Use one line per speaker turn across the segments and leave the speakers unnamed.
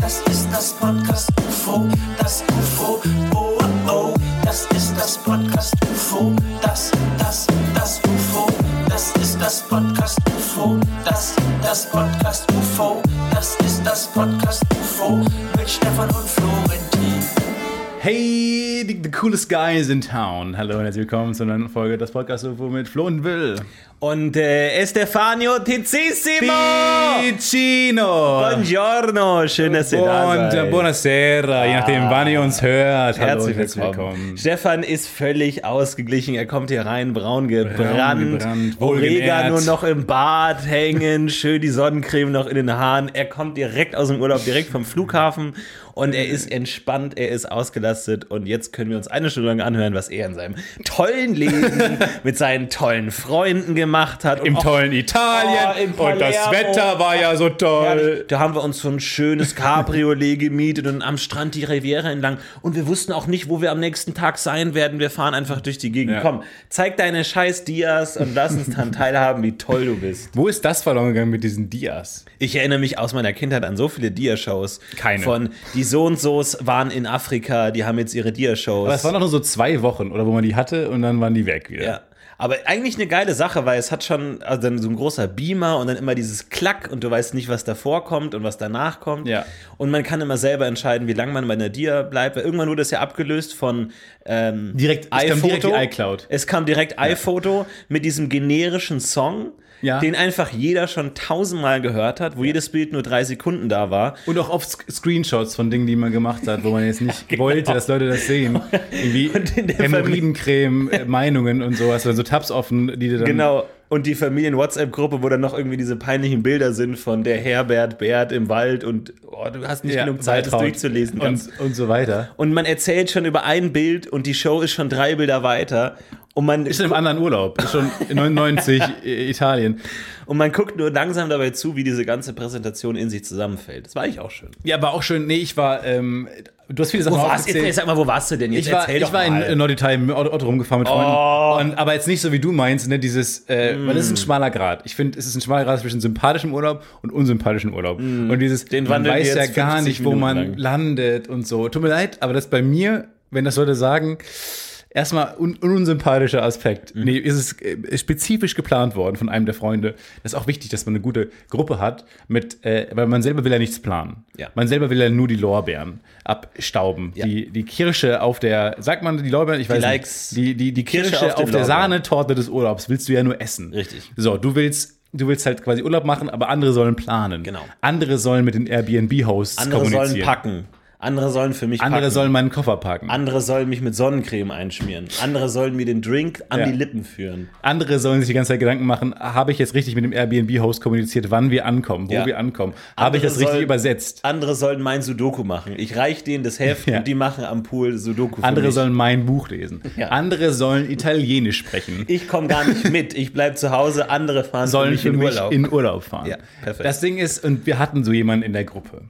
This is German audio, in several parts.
Das ist das Podcast UFO, das UFO, oh oh, oh. das ist das Podcast UFO, das, das, das UFO, das ist das Podcast UFO, das, das Podcast UFO, das ist das Podcast UFO mit Stefan und Florentin.
Hey, the, the coolest guys in town. Hallo und herzlich willkommen zu einer neuen Folge des Podcast UFO mit Flo und Will.
Und äh, Estefanio Tizissimo!
Piccino!
Buongiorno, schön, dass ihr da seid.
Und äh, buonasera, je nachdem, wann ihr uns hört. Hallo
Herzlich
und
willkommen. Oh. Stefan ist völlig ausgeglichen. Er kommt hier rein, braun gebrannt,
gebrannt,
Orega
wohlgenährt.
nur noch im Bad hängen, schön die Sonnencreme noch in den Haaren. Er kommt direkt aus dem Urlaub, direkt vom Flughafen und er ist entspannt, er ist ausgelastet und jetzt können wir uns eine Stunde lang anhören, was er in seinem tollen Leben mit seinen tollen Freunden gemacht hat. Und
Im
auch
tollen Italien.
Oh, in
und das
Palermo.
Wetter war ja so toll.
Herrlich. Äh, Da haben wir uns so ein schönes Cabriolet gemietet und am Strand die Riviera entlang. Und wir wussten auch nicht, wo wir am nächsten Tag sein werden. Wir fahren einfach durch die Gegend.
Ja.
Komm, zeig deine scheiß Dias und lass uns daran teilhaben, wie toll du bist.
Wo ist das verloren gegangen mit diesen Dias?
Ich erinnere mich aus meiner Kindheit an so viele Dia-Shows.
Keine.
Von die So und So's waren in Afrika, die haben jetzt ihre Dia-Shows.
Aber es waren doch nur so zwei Wochen, oder wo man die hatte und dann waren die weg wieder.
Ja. Aber eigentlich eine geile Sache, weil es hat schon also dann so ein großer Beamer und dann immer dieses Klack und du weißt nicht, was davor kommt und was danach kommt.
Ja.
Und man kann immer selber entscheiden, wie lange man bei einer Dia bleibt. Weil irgendwann wurde es ja abgelöst von ähm,
Direkt, es kam direkt die
iPhoto.
iCloud.
Es kam direkt iPhoto mit diesem generischen Song,
Ja.
den einfach jeder schon tausendmal gehört hat, wo jedes Bild nur drei Sekunden da war.
Und auch oft Sc- Screenshots von Dingen, die man gemacht hat, wo man jetzt nicht wollte, dass Leute das sehen. Irgendwie
Genau. Und in der
Hämorrhoidencreme, äh, Meinungen und sowas, also so Tabs offen, die dir dann.
Genau. Und die Familien-WhatsApp-Gruppe, wo dann noch irgendwie diese peinlichen Bilder sind von der Herbert Bert im Wald und oh, du hast nicht
Ja,
genug Zeit, das
Waltraud
durchzulesen. Ganz.
Und, und so weiter.
Und man erzählt schon über ein Bild und die Show ist schon drei Bilder weiter. Und man,
Ist schon im anderen Urlaub, ist schon in 99 äh, Italien.
und man guckt nur langsam dabei zu, wie diese ganze Präsentation in sich zusammenfällt. Das war eigentlich auch schön.
Ja, aber auch schön, nee, ich war, ähm, du hast
Oh,
viele Sachen aufgezählt.
sag mal, wo warst du denn jetzt?
Ich war, ich war in äh, Norditalien mit Auto, Auto rumgefahren mit Freunden.
Oh.
Und, aber jetzt nicht so wie du meinst, ne? Dieses, äh, weil
Mm.
es ist ein schmaler Grad. Ich finde, es ist ein schmaler Grad zwischen sympathischem Urlaub und unsympathischem Urlaub. Und dieses,
Mm. Den
man
wandeln wir
weiß ja
jetzt
gar
50
nicht, wo
Minuten
man
lang.
landet und so. Tut mir leid, aber das bei mir, wenn das Leute sagen, erstmal un un unsympathischer Aspekt.
Mhm.
Nee, es ist äh, spezifisch geplant worden von einem der Freunde. Das ist auch wichtig, dass man eine gute Gruppe hat, mit, äh, weil man selber will ja nichts planen.
Ja.
Man selber will ja nur die Lorbeeren abstauben.
Ja.
Die, die Kirsche auf der, sagt man die Lorbeeren? Ich weiß
Likes.
nicht. Die, die, die Kirsche, auf,
den
der
Lorbeeren.
Sahnetorte des Urlaubs willst du ja nur essen.
Richtig.
So, du willst. Du willst halt quasi Urlaub machen, aber andere sollen planen.
Genau.
Andere sollen mit den Airbnb-Hosts
Andere
kommunizieren.
sollen packen. Hm. Andere sollen für mich
Andere
packen.
sollen meinen Koffer packen.
andere sollen mich mit Sonnencreme einschmieren. Andere sollen mir den Drink an
Ja.
die Lippen führen.
Andere sollen sich die ganze Zeit Gedanken machen, habe ich jetzt richtig mit dem Airbnb-Host kommuniziert, wann wir ankommen, wo
Ja.
wir ankommen? Habe ich
Andere
das richtig
sollen-
übersetzt?
Andere sollen mein Sudoku machen. Ich reich denen das Heft
Ja.
und die machen am Pool Sudoku. Für
Andere
mich.
sollen mein Buch lesen.
Ja.
Andere sollen Italienisch sprechen.
Ich komme gar nicht mit. Ich bleib zu Hause. Andere fahren für
sollen
mich in Urlaub.
in Urlaub fahren.
Ja, perfekt.
Das Ding ist, und wir hatten so jemanden in der Gruppe.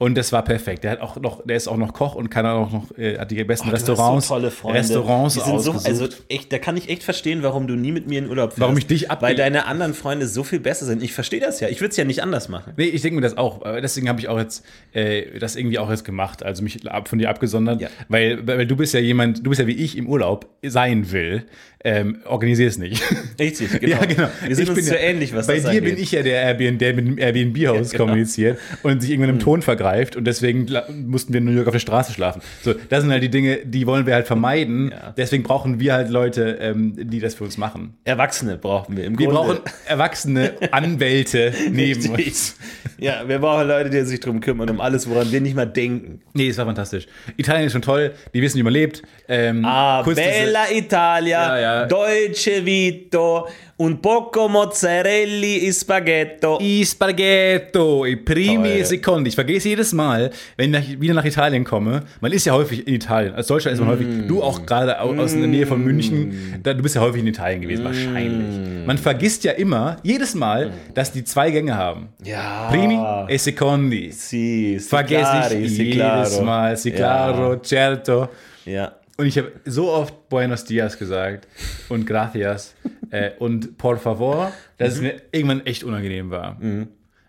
Und das war perfekt. Der hat auch noch, der ist auch noch Koch und kann auch noch, äh, hat die besten
Du hast
Restaurants,
so tolle Freunde.
Restaurants
die sind so,
ausgesucht.
also echt, da kann ich echt verstehen, warum du nie mit mir in Urlaub fährst.
Warum ich dich abge-
Weil deine anderen Freunde so viel besser sind. Ich verstehe das ja. Ich würde es ja nicht anders machen.
Nee, ich denke mir das auch. Aber deswegen habe ich auch jetzt äh, das irgendwie auch jetzt gemacht. Also mich ab, von dir abgesondert.
Ja.
Weil, weil du bist ja jemand, du bist ja wie ich im Urlaub sein will. Ähm, Organisier es nicht.
Richtig, genau. Wir sind
Ich
uns
bin
so
ja-
ähnlich, was
Bei
das
dir
angeht.
bin ich ja der Airbnb, der mit dem Airbnb-Host
Ja, genau. Hm.
kommuniziert und sich irgendwann im Ton vergreift und deswegen la- mussten wir in New York auf der Straße schlafen. So, das sind halt die Dinge, die wollen wir halt vermeiden.
Ja.
Deswegen brauchen wir halt Leute, ähm, die das für uns machen.
Erwachsene brauchen wir im
Wir
Grunde.
brauchen erwachsene Anwälte neben
äh, Richtig.
uns.
Ja, wir brauchen Leute, die sich drum kümmern, um alles, woran wir nicht mal denken.
Nee, es war fantastisch. Italien ist schon toll, die wissen, wie man lebt. Ähm,
Ah,
kurz diese-
bella Italia,
Ja, ja.
dolce vito, un poco mozzarelli e spaghetto.
I Spaghetto, i primi
Toll.
e secondi. Ich vergesse jedes Mal, wenn ich wieder nach Italien komme. Man ist ja häufig in Italien. Als Deutscher ist man häufig, du auch gerade au- aus der Nähe von München, da, du bist ja häufig in Italien gewesen, wahrscheinlich. Man vergisst ja immer, jedes Mal, dass die zwei Gänge haben.
Ja.
Primi e secondi.
Si, si,
Vergesse
clari,
ich
si,
jedes
claro.
Mal. Si claro, certo.
Ja.
Und ich habe so oft Buenos Dias gesagt und Gracias äh, und Por favor, dass es mir irgendwann echt unangenehm war.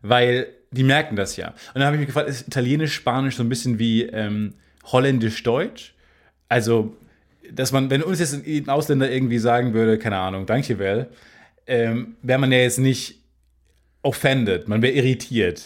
Weil die merken das ja. Und dann habe ich mich gefragt, ist Italienisch, Spanisch so ein bisschen wie ähm, Holländisch-Deutsch? Also, dass man, wenn uns jetzt ein Ausländer irgendwie sagen würde, keine Ahnung, danke, well, ähm, wäre man ja jetzt nicht offended, man wäre irritiert.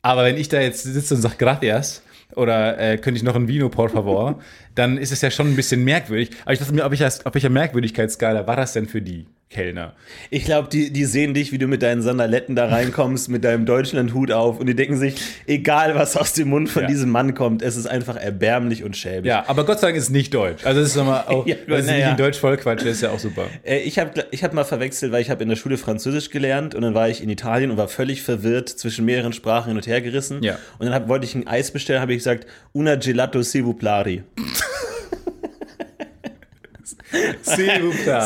Aber wenn ich da jetzt sitze und sage Gracias oder äh, könnte ich noch ein Vino, por favor, dann ist es ja schon ein bisschen merkwürdig. Aber ich dachte mir, ob ich das, auf welcher Merkwürdigkeitsskala war das denn für die Kellner?
Ich glaube, die, die sehen dich, wie du mit deinen Sandaletten da reinkommst, mit deinem Deutschlandhut auf und die denken sich, egal was aus dem Mund von
Ja.
diesem Mann kommt, es ist einfach erbärmlich und schäbig.
Ja, aber Gott sei Dank ist es nicht deutsch. Also es ist nochmal auch,
Ja,
ja, dass ich
na ja.
nicht in Deutsch vollquatsche, ist ja auch super.
Äh, ich habe ich hab mal verwechselt, weil ich habe in der Schule Französisch gelernt und dann war ich in Italien und war völlig verwirrt zwischen mehreren Sprachen hin und her gerissen.
Ja.
Und dann hab, wollte ich ein Eis bestellen, habe ich gesagt, una gelato si vous plari.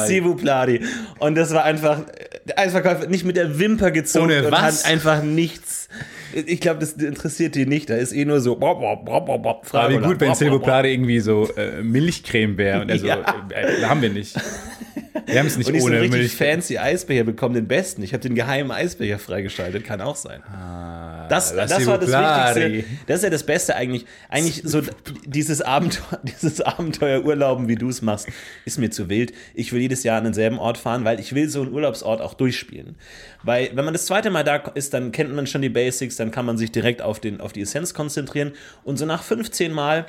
Si vous plari. Und das war einfach, der Eisverkäufer hat nicht mit der Wimper gezogen
Ohne
und
was?
hat einfach nichts. Ich glaube, das interessiert die nicht. Da ist eh nur so. Bop, bop, bop, bop, bop,
Aber wie
Fragola.
gut, wenn
Bop,
Silvo
bop, bop.
Plade irgendwie so äh, Milchcreme wäre. Und also,
Ja.
äh, haben wir nicht. Wir haben es nicht
Und ich so
ohne
einen richtig
Milchcreme.
fancy Eisbecher bekommen, den besten. Ich habe den geheimen Eisbecher freigeschaltet, kann auch sein. das
la
das war das
Sivupari.
Wichtigste. Das ist ja das Beste eigentlich. Eigentlich so dieses Abenteuer, dieses Abenteuer Urlauben, wie du es machst, ist mir zu wild. Ich will jedes Jahr an denselben Ort fahren, weil ich will so einen Urlaubsort auch durchspielen. Weil wenn man das zweite Mal da ist, dann kennt man schon die Basics, dann kann man sich direkt auf, den, auf die Essenz konzentrieren. Und so nach 15 Mal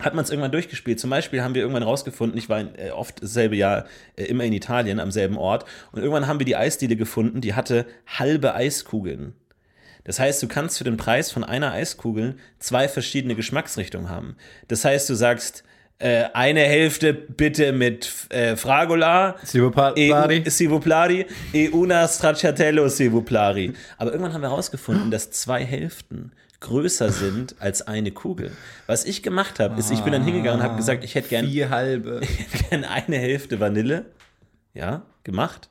hat man es irgendwann durchgespielt. Zum Beispiel haben wir irgendwann rausgefunden, ich war in, äh, oft dasselbe Jahr äh, immer in Italien am selben Ort und irgendwann haben wir die Eisdiele gefunden, die hatte halbe Eiskugeln. Das heißt, du kannst für den Preis von einer Eiskugel zwei verschiedene Geschmacksrichtungen haben. Das heißt, du sagst äh, eine Hälfte bitte mit äh, Fragola,
Silvo
E-
Plade.
Sivuplari, e una stracciatello Sivuplari. Aber irgendwann haben wir herausgefunden, dass zwei Hälften größer sind als eine Kugel. Was ich gemacht habe, ist, ich bin dann hingegangen und habe gesagt, ich hätte gern,
Vier halbe.
gern eine Hälfte Vanille. Ja, gemacht.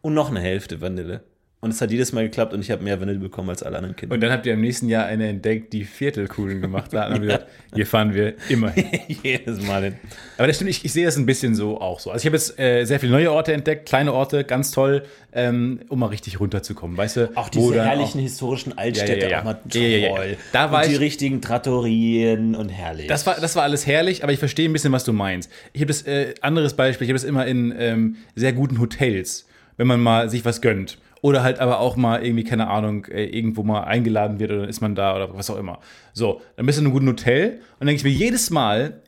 Und noch eine Hälfte Vanille. Und es hat jedes Mal geklappt und ich habe mehr Vanille bekommen als alle anderen Kinder.
Und dann habt ihr im nächsten Jahr eine entdeckt, die Viertelkugeln gemacht hat. Und haben wir gesagt, hier fahren wir immer hin.
jedes Mal. hin.
Aber das stimmt, ich, ich sehe das ein bisschen so auch so. Also ich habe jetzt äh, sehr viele neue Orte entdeckt, kleine Orte, ganz toll, ähm, um mal richtig runterzukommen, weißt du?
Auch diese
dann
herrlichen
auch-
historischen Altstädte,
Ja, ja, ja,
auch mal
ja.
toll.
Ja, ja, ja. Da
und
war
die
ich-
richtigen Trattorien und herrlich.
Das war, das war alles herrlich, aber ich verstehe ein bisschen, was du meinst. Ich habe das äh, anderes Beispiel, ich habe das immer in ähm, sehr guten Hotels, wenn man mal sich was gönnt. Oder halt aber auch mal irgendwie, keine Ahnung, äh, irgendwo mal eingeladen wird oder ist man da oder was auch immer. So, dann bist du in einem guten Hotel und denke ich mir jedes Mal,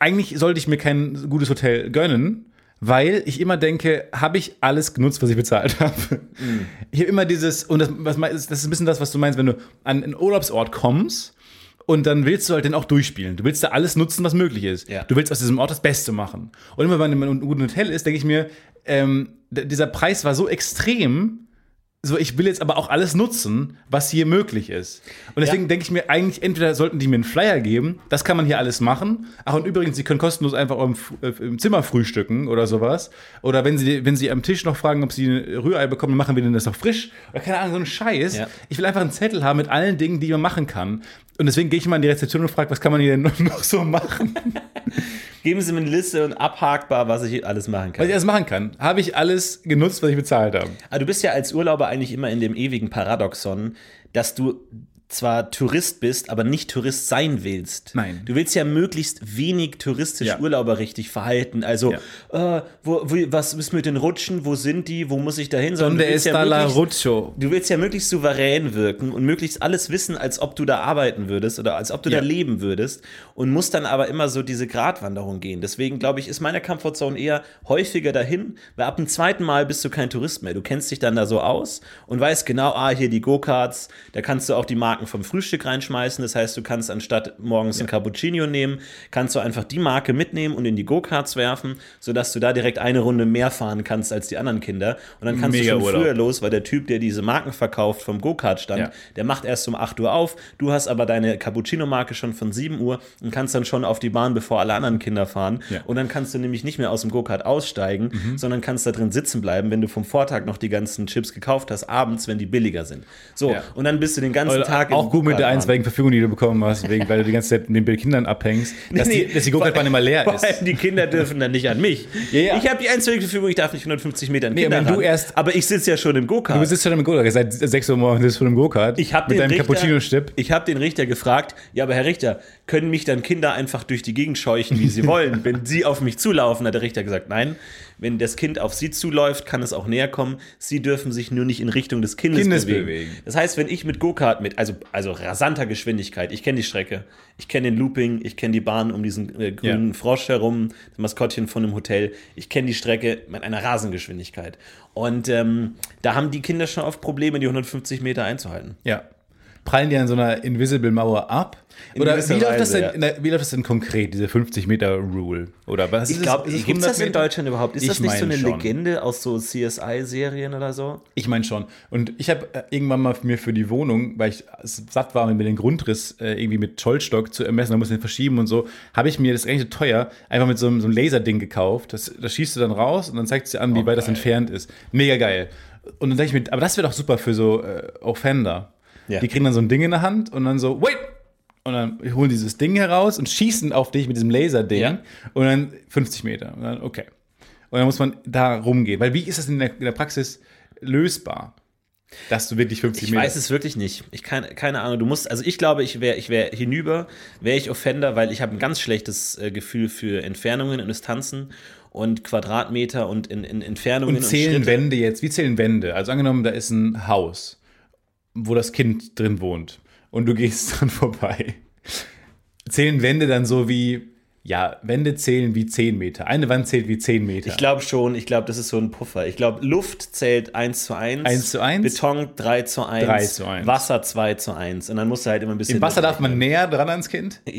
eigentlich sollte ich mir kein gutes Hotel gönnen, weil ich immer denke, habe ich alles genutzt, was ich bezahlt habe. Ich habe immer dieses, und das, was, mein- das ist ein bisschen das, was du meinst, wenn du an einen Urlaubsort kommst und dann willst du halt den auch durchspielen. Du willst da alles nutzen, was möglich ist.
Ja.
Du willst aus diesem Ort das Beste machen. Und immer wenn man in einem guten Hotel ist, denke ich mir, ähm, d- dieser Preis war so extrem, so, ich will jetzt aber auch alles nutzen, was hier möglich ist. Und deswegen denke ich mir eigentlich, entweder sollten die mir einen Flyer geben, das kann man hier alles machen. Ach, und übrigens, sie können kostenlos einfach im, F- äh, im Zimmer frühstücken oder sowas. Oder wenn sie, wenn sie am Tisch noch fragen, ob sie ein Rührei bekommen, dann machen wir denen das noch frisch. Oder keine Ahnung, so ein Scheiß.
Ja.
Ich will einfach einen Zettel haben mit allen Dingen, die man machen kann. Und deswegen gehe ich immer in die Rezeption und frage, was kann man hier denn noch so machen?
Geben Sie mir eine Liste und abhakbar, was ich alles machen
Was
kann.
ich alles machen kann. Habe ich alles genutzt, was ich bezahlt habe?
Aber Ah, du bist ja als Urlauber eigentlich immer in dem ewigen Paradoxon, dass du zwar Tourist bist, aber nicht Tourist sein willst.
Nein.
Du willst ja möglichst wenig touristisch
Ja.
Urlauber richtig verhalten. Also, äh, wo, wo, was ist mit den Rutschen? Wo sind die? Wo muss ich da hin? Sondern
Und
du
der
willst
ist
ja
da la
möglichst-
Rucho.
Du willst ja möglichst souverän wirken und möglichst alles wissen, als ob du da arbeiten würdest oder als ob du
Ja.
da leben würdest und musst dann aber immer so diese Gratwanderung gehen. Deswegen glaube ich, ist meine Comfortzone eher häufiger dahin, weil ab dem zweiten Mal bist du kein Tourist mehr. Du kennst dich dann da so aus und weißt genau, ah, hier die Go-Karts, da kannst du auch die Marken vom Frühstück reinschmeißen. Das heißt, du kannst anstatt morgens ein Cappuccino nehmen, kannst du einfach die Marke mitnehmen und in die Go-Karts werfen, sodass du da direkt eine Runde mehr fahren kannst als die anderen Kinder. Und dann kannst
Mega
du schon
Urlaub.
früher los, weil der Typ, der diese Marken verkauft vom Go-Kart-Stand,
Ja.
der macht erst um 8 Uhr auf. Du hast aber deine Cappuccino-Marke schon von 7 Uhr und kannst dann schon auf die Bahn, bevor alle anderen Kinder fahren.
Ja. Mhm.
Und dann kannst du nämlich nicht mehr aus dem Go-Kart aussteigen, sondern kannst da drin sitzen bleiben, wenn du vom Vortag noch die ganzen Chips gekauft hast, abends, wenn die billiger sind. So,
Ja.
und dann bist du den ganzen
Oder
Tag im
auch gut mit der
Go-Kart fahren.
einstweiligen Verfügung, die du bekommen hast, wegen, weil du die ganze Zeit mit den Kindern abhängst, dass
Nee,
die, dass die Go-Kartbahn immer leer
Vor
ist.
allem die Kinder dürfen dann nicht an mich.
Ja, ja.
Ich habe die einzige Verfügung, ich darf nicht 150 Meter an
Nee,
Kinder
wenn du
ran.
erst-
aber ich sitze ja schon im Go-Kart.
Du sitzt schon im Go-Kart, seit 6 Uhr morgens sitzt du schon im Go-Kart.
Ich habe
Mit
den
deinem
Richter-
Cappuccino-Stipp.
Ich habe den Richter gefragt, ja, aber Herr Richter, können mich dann Kinder einfach durch die Gegend scheuchen, wie sie wollen, wenn sie auf mich zulaufen? Hat der Richter gesagt, nein, wenn das Kind auf sie zuläuft, kann es auch näher kommen. Sie dürfen sich nur nicht in Richtung des Kindes,
Kindes
bewegen.
bewegen.
Das heißt, wenn ich mit Go-Kart mit, also, also rasanter Geschwindigkeit, ich kenne die Strecke, ich kenne den Looping, ich kenne die Bahn um diesen äh, grünen
Ja.
Frosch herum, das Maskottchen von dem Hotel, ich kenne die Strecke mit einer Rasengeschwindigkeit. Und ähm, da haben die Kinder schon oft Probleme, die 150 Meter einzuhalten.
Ja. Prallen die an so einer Invisible-Mauer ab? Oder
gewisser
wie läuft, das
Weise,
denn, na, wie läuft das denn konkret, diese 50-Meter-Rule? Oder was
Ich glaube, gibt es
100
das in
Meter?
Deutschland überhaupt? Ist
Ich
das nicht so
meine
eine
schon.
Legende aus so CSI-Serien oder so?
Ich meine schon. Und ich habe äh, irgendwann mal mir für die Wohnung, weil ich s- satt war, mir den Grundriss äh, irgendwie mit Zollstock zu ermessen, da muss ich den verschieben und so, habe ich mir das ist eigentlich so teuer einfach mit so einem, so einem Laserding gekauft. Das, das schießt du dann raus und dann zeigt es dir
Oh,
an, wie weit das entfernt ist. Mega geil. Und dann denke ich mir, aber das wäre doch super für so äh, Offender.
Ja.
Die kriegen dann so ein Ding in der Hand und dann so, wait! Und dann holen die dieses Ding heraus und schießen auf dich mit diesem Laserding
Ja.
und dann 50 Meter. Und dann, okay. Und dann muss man da rumgehen. Weil wie ist das in der, in der Praxis lösbar? Dass du wirklich 50
Ich
Meter.
weiß es wirklich nicht. Ich kann, keine Ahnung. Du musst, also ich glaube, ich wäre ich wär hinüber, wäre ich Offender, weil ich habe ein ganz schlechtes äh, Gefühl für Entfernungen und Distanzen und Quadratmeter und in, in Entfernungen
und zählen
Schritte.
Wände jetzt. Wie zählen Wände? Also angenommen, da ist ein Haus, wo das Kind drin wohnt. Und du gehst dann vorbei. Zählen Wände dann so wie, ja, Wände zählen wie 10 Meter. Eine Wand zählt wie 10 Meter.
Ich glaube schon, ich glaube, das ist so ein Puffer. Ich glaube, Luft zählt 1 zu 1.
1 zu 1.
Beton 3 zu 1.
3 zu 1.
Wasser 2 zu 1. Und dann musst du halt immer ein bisschen.
Im Wasser darf man näher dran ans Kind.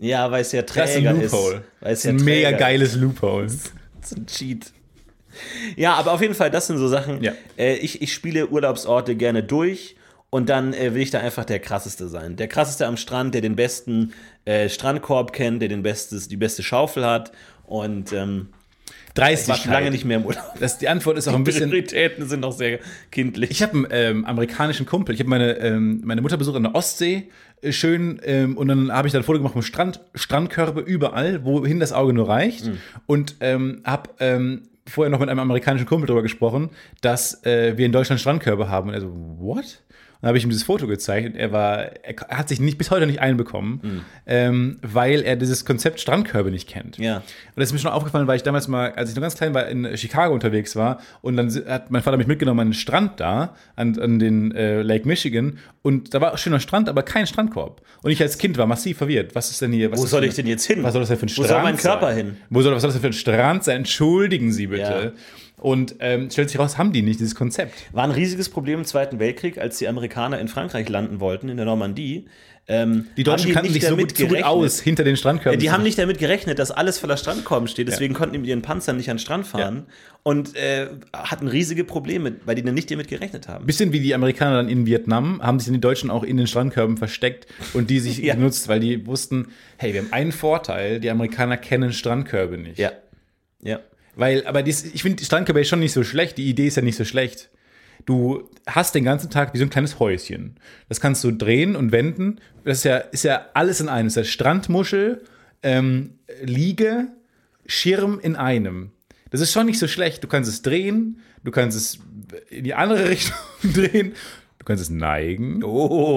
Ja, weil es ja
Das ist ein
Träger ist.
Loophole.
Weil es
ein
ja
mega
Träger ist.
geiles Loophole.
So ein Cheat. Ja, aber auf jeden Fall, das sind so Sachen.
Ja.
Äh, ich, ich spiele Urlaubsorte gerne durch und dann äh, will ich da einfach der krasseste sein. Der krasseste am Strand, der den besten äh, Strandkorb kennt, der den bestes, die beste Schaufel hat. Und ähm, Ich war schon
Dreistigkeit.
lange nicht mehr im Urlaub.
Das, die Antwort ist auch ein bisschen.
Prioritäten sind noch sehr kindlich.
Ich habe einen ähm, amerikanischen Kumpel. Ich habe meine, ähm, meine Mutter besucht an der Ostsee, äh, schön, ähm, und dann habe ich dann ein Foto gemacht vom Strand, Strandkörbe überall, wohin das Auge nur reicht. Und ähm, habe ähm, vorher noch mit einem amerikanischen Kumpel darüber gesprochen, dass äh, wir in Deutschland Strandkörbe haben. Und er so, what? Und dann habe ich ihm dieses Foto gezeigt und er war, er k- hat sich nicht, bis heute nicht einbekommen, ähm, weil er dieses Konzept Strandkörbe nicht kennt.
Ja.
Und das ist mir schon aufgefallen, weil ich damals mal, als ich noch ganz klein war, in Chicago unterwegs war und dann si- hat mein Vater mich mitgenommen an den Strand da, an, an den äh, Lake Michigan und da war auch schöner Strand, aber kein Strandkorb. Und ich als Kind war massiv verwirrt. Was ist denn hier? Was
Wo
ist
soll
denn-
ich denn jetzt hin?
Was soll das denn für ein Strand
Wo soll mein Körper
sein?
hin?
Wo soll, was soll das denn für ein Strand sein? Entschuldigen Sie bitte.
Ja.
Und ähm, stellt sich raus, haben die nicht dieses Konzept.
War ein riesiges Problem im Zweiten Weltkrieg, als die Amerikaner in Frankreich landen wollten, in der Normandie. Ähm,
Die Deutschen
haben
kannten
nicht
sich so
damit
gut, so gut
gerechnet.
aus hinter den
Ja,
Strandkörben.
Die haben nicht damit gerechnet, dass alles voller Strandkorben steht, deswegen konnten die mit ihren Panzern nicht an den Strand fahren und äh, hatten riesige Probleme, weil die dann nicht damit gerechnet haben.
Bisschen wie die Amerikaner dann in Vietnam, haben sich dann die Deutschen auch in den Strandkörben versteckt und die sich
Ja.
genutzt, weil die wussten, hey, wir haben einen Vorteil, die Amerikaner kennen Strandkörbe nicht.
Ja. Ja.
Weil, aber dies, ich finde Strandkörbe ist schon nicht so schlecht, die Idee ist ja nicht so schlecht. Du hast den ganzen Tag wie so ein kleines Häuschen. Das kannst du drehen und wenden. Das ist ja, ist ja alles in einem. Das ist ja Strandmuschel, ähm, Liege, Schirm in einem. Das ist schon nicht so schlecht. Du kannst es drehen, du kannst es in die andere Richtung drehen, du kannst es neigen,
Oh,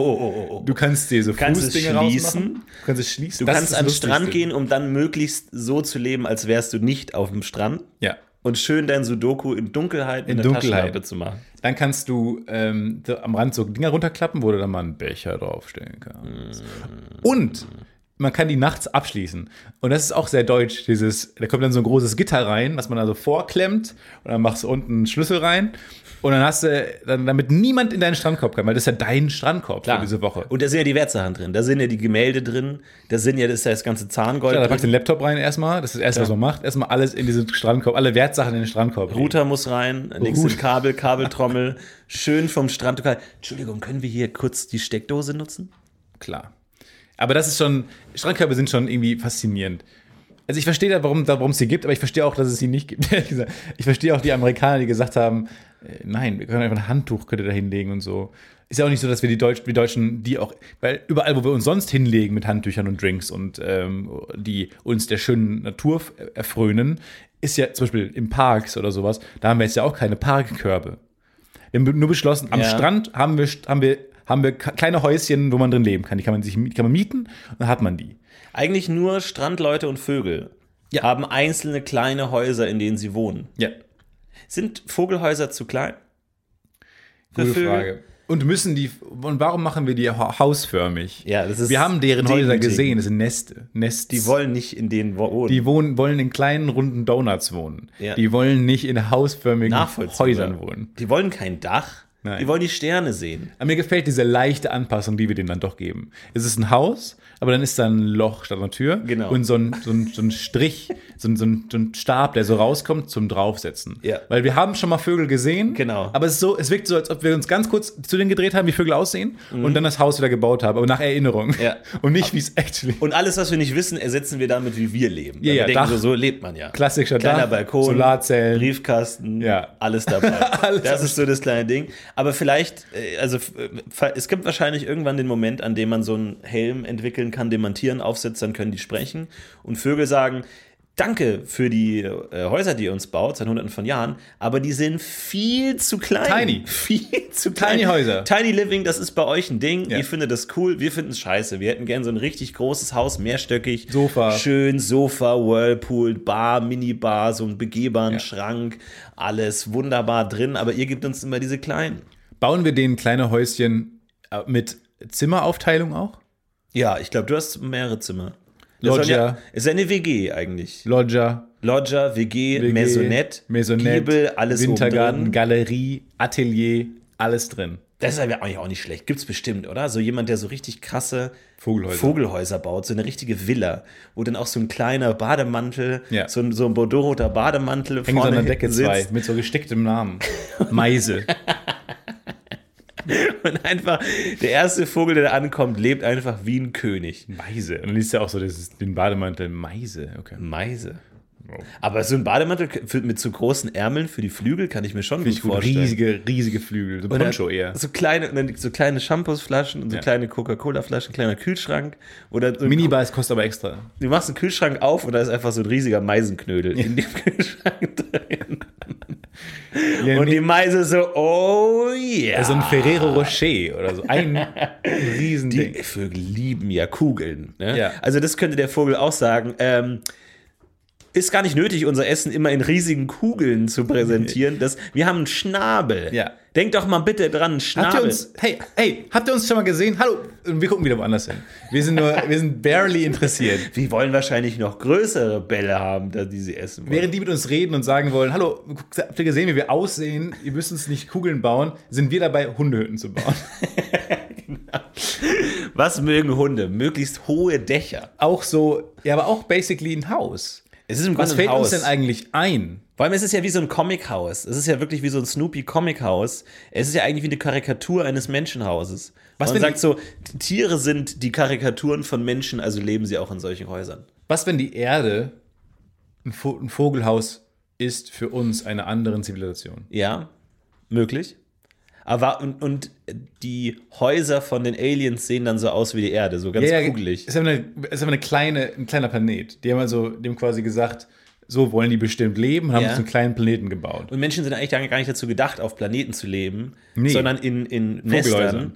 du kannst dir so
kannst es
Fußdinge
schließen.
rausmachen, du kannst es schließen.
oh. Du
Das
kannst
ist
an den
das
Strand
Lustigste.
gehen, um dann möglichst so zu leben, als wärst du nicht auf dem Strand.
Ja.
Und schön dein Sudoku in Dunkelheit mit
In
einer
Dunkelheit.
Taschenlampe zu machen.
Dann kannst du ähm, so am Rand so Dinger runterklappen, wo du dann mal einen Becher draufstellen kannst. Und man kann die nachts abschließen. Und das ist auch sehr deutsch, dieses, da kommt dann so ein großes Gitter rein, was man also vorklemmt und dann machst du unten einen Schlüssel rein und dann hast du, dann, damit niemand in deinen Strandkorb kann, weil das ist ja dein Strandkorb für diese Woche. Und
Und da sind ja die Wertsachen drin, da sind ja die Gemälde drin, da sind ja das, ist ja das ganze Zahngold
da packst du
drin.
den Laptop rein erstmal, das ist das erste, was man macht, erstmal alles in diesen Strandkorb, alle Wertsachen in den Strandkorb. legen.
Router muss rein,
Oh,
links sind Kabel, Kabeltrommel, schön vom Strand. Du kannst- Entschuldigung, können wir hier kurz die Steckdose nutzen?
klar. Aber das ist schon, Strandkörbe sind schon irgendwie faszinierend. Also ich verstehe da, warum da- warum es sie gibt, aber ich verstehe auch, dass es sie nicht gibt. ehrlich gesagt. ich verstehe auch die Amerikaner, die gesagt haben, äh, nein, wir können einfach ein Handtuch könnte da hinlegen und so. Ist ja auch nicht so, dass wir die Deutschen, die Deutschen, die auch, weil überall, wo wir uns sonst hinlegen mit Handtüchern und Drinks und ähm, die uns der schönen Natur f- äh, erfrönen, ist ja zum Beispiel in Parks oder sowas, da haben wir jetzt ja auch keine Parkkörbe. Wir haben nur beschlossen, am
Ja.
Strand haben wir, haben wir, haben wir ka- kleine Häuschen, wo man drin leben kann. Die kann man sich die kann man mieten und dann hat man die.
Eigentlich nur Strandleute und Vögel haben einzelne kleine Häuser, in denen sie wohnen.
Ja,
Sind Vogelhäuser zu klein? Für
gute
Vögel?
Frage. Und müssen die, und warum machen wir die ha- hausförmig?
Ja, das ist
wir haben deren Häuser
demütigend.
gesehen, das sind Neste. Nests.
Die wollen nicht in den Wohnen.
Die wohnen, wollen in kleinen, runden Donuts wohnen.
Ja.
Die wollen nicht in hausförmigen
Nachvollziehbar.
Häusern wohnen.
Die wollen kein Dach.
Nein.
Die wollen die Sterne sehen.
Aber mir gefällt diese leichte Anpassung, die wir denen dann doch geben. Es ist ein Haus, aber dann ist da ein Loch statt einer Tür.
Genau.
Und so ein, so ein, so ein Strich, so ein, so, ein, so ein Stab, der so rauskommt zum Draufsetzen.
Ja.
Weil wir haben schon mal Vögel gesehen.
Genau.
Aber es, ist so, es wirkt so, als ob wir uns ganz kurz zu denen gedreht haben, wie Vögel aussehen und dann das Haus wieder gebaut haben. Aber nach Erinnerung.
Mhm. Ja.
Und nicht, wie es actually
Und alles, was wir nicht wissen, ersetzen wir damit, wie wir leben.
Ja,
Weil
ja,
wir denken,
Dach.
so, so lebt man ja.
Klassischer
Kleiner
Dach,
Balkon,
Solarzellen.
Briefkasten,
Ja.
alles dabei.
Alles
das
am
ist so das kleine Ding. Aber vielleicht, äh, also äh, es gibt wahrscheinlich irgendwann den Moment, an dem man so einen Helm entwickeln kann, den man Tieren aufsetzt, dann können die sprechen. Und Vögel sagen, danke für die äh, Häuser, die ihr uns baut, seit hunderten von Jahren, aber die sind viel zu klein.
Tiny.
Viel zu klein.
Tiny Häuser.
Tiny Living, das ist bei euch ein Ding.
Ja.
Ihr findet das cool, wir finden es scheiße. Wir hätten gern so ein richtig großes Haus, mehrstöckig.
Sofa.
Schön, Sofa, Whirlpool, Bar, Minibar, so einen begehbaren
Ja.
Schrank, alles wunderbar drin, aber ihr gebt uns immer diese kleinen.
Bauen wir denen kleine Häuschen äh, mit Zimmeraufteilung auch?
Ja, ich glaube, du hast mehrere Zimmer. Das
Loggia.
soll Ja, ist ja eine WG eigentlich.
Loggia,
Loggia, WG,
WG,
Maisonette,
Maisonette,
Giebel, alles
Wintergarten,
Wintergarten.
Galerie, Atelier, alles drin.
Das ist aber eigentlich auch nicht schlecht. Gibt's bestimmt, oder? So jemand, der so richtig krasse
Vogelhäuser.
Vogelhäuser baut, so eine richtige Villa, wo dann auch so ein kleiner Bademantel,
Ja.
so, ein, so ein bordeauxroter Bademantel
Hängen so an
vorne
der Decke
sitzt
zwei mit so gesticktem Namen. Meise.
und einfach der erste Vogel, der da ankommt, lebt einfach wie ein König.
Meise. Und dann liest er auch so dieses, den Bademantel Meise. Okay.
Meise. Aber so ein Bademantel für, mit so großen Ärmeln für die Flügel kann ich mir schon gut,
Richtig gut.
vorstellen.
Riesige, riesige Flügel. So
Und dann
Poncho eher.
So kleine, und dann so kleine Shampoosflaschen und so
Ja.
kleine Coca-Cola-Flaschen, kleiner Kühlschrank. Oder so ein-
Minibars kostet aber extra.
du machst einen Kühlschrank auf und da ist einfach so ein riesiger Meisenknödel in dem Kühlschrank drin. und die Meise so, oh yeah.
So ein Ferrero Rocher oder so. Ein Riesending.
Die Vögel lieben ja Kugeln. Ne?
Ja.
Also das könnte der Vogel auch sagen. Ähm, ist gar nicht nötig, unser Essen immer in riesigen Kugeln zu präsentieren. Das, wir haben einen Schnabel.
Ja.
Denk doch mal bitte dran, einen
Habt ihr
Schnabel.
uns, hey, hey, habt ihr uns schon mal gesehen? Hallo. Und wir gucken wieder woanders hin. Wir sind nur, wir sind barely interessiert.
Die wollen wahrscheinlich noch größere Bälle haben, da die sie essen wollen.
Während die mit uns reden und sagen wollen, hallo, guck, habt ihr gesehen, wie wir aussehen? Ihr müsst uns nicht Kugeln bauen, sind wir dabei, Hundehütten zu bauen.
Was mögen Hunde? Möglichst hohe Dächer.
Auch so, ja, aber auch basically ein Haus.
Es ist im
Was
Grunde
fällt
ein Haus.
uns denn eigentlich ein?
Vor allem ist es ja wie so ein Comichaus. Es ist ja wirklich wie so ein Snoopy Comichaus. Es ist ja eigentlich wie eine Karikatur eines Menschenhauses.
Was,
Man
wenn
sagt
die-
so, die Tiere sind die Karikaturen von Menschen, also leben sie auch in solchen Häusern.
Was, wenn die Erde ein, Vo ein Vogelhaus ist für uns einer anderen Zivilisation?
Ja, möglich. Aber und, und die Häuser von den Aliens sehen dann so aus wie die Erde, so ganz kugelig.
Ist aber, eine, ist aber eine kleine, ein kleiner Planet. Die haben also dem quasi gesagt, so wollen die bestimmt leben, haben
Ja.
uns einen kleinen Planeten gebaut.
Und Menschen sind eigentlich gar gar nicht dazu gedacht, auf Planeten zu leben,
Nee.
sondern in, in Nestern.
Vogelhäusern.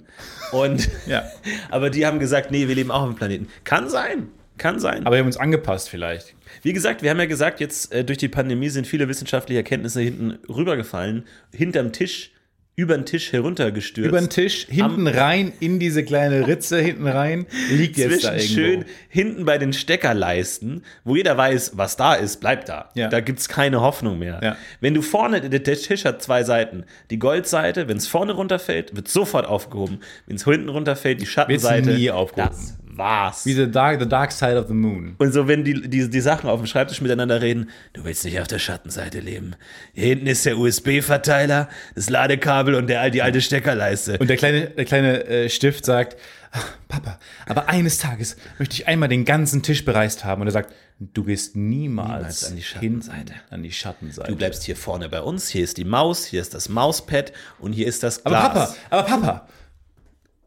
Und
Ja.
aber die haben gesagt, nee, wir leben auch auf dem Planeten. Kann sein. Kann sein.
Aber die haben uns angepasst vielleicht.
Wie gesagt, wir haben ja gesagt, jetzt äh, durch die Pandemie sind viele wissenschaftliche Erkenntnisse hinten rübergefallen, hinterm Tisch, über den Tisch heruntergestürzt.
Über den Tisch, hinten rein, in diese kleine Ritze, hinten rein, liegt jetzt da
Zwischen
irgendwo.
schön hinten bei den Steckerleisten, wo jeder weiß, was da ist, bleibt da.
Ja.
Da gibt es keine Hoffnung mehr.
Ja.
Wenn du vorne, der der Tisch hat zwei Seiten. Die Goldseite, wenn es vorne runterfällt, wird sofort aufgehoben. Wenn es hinten runterfällt, die Schattenseite.
nie aufgehoben.
Das war's.
Wie the dark, the dark Side of the Moon.
Und so, wenn die, die, die Sachen auf dem Schreibtisch miteinander reden, du willst nicht auf der Schattenseite leben. Hier hinten ist der USB-Verteiler, das Ladekabel und der, die alte Steckerleiste.
Und der kleine, der kleine äh, Stift sagt, "Ach, Papa, aber eines Tages möchte ich einmal den ganzen Tisch bereist haben. Und er sagt, du gehst niemals,
Niemals an die
hinten
Schattenseite.
An die Schattenseite.
du bleibst hier vorne bei uns, hier ist die Maus, hier ist das Mauspad und hier ist das
aber
Glas.
Papa, aber Papa.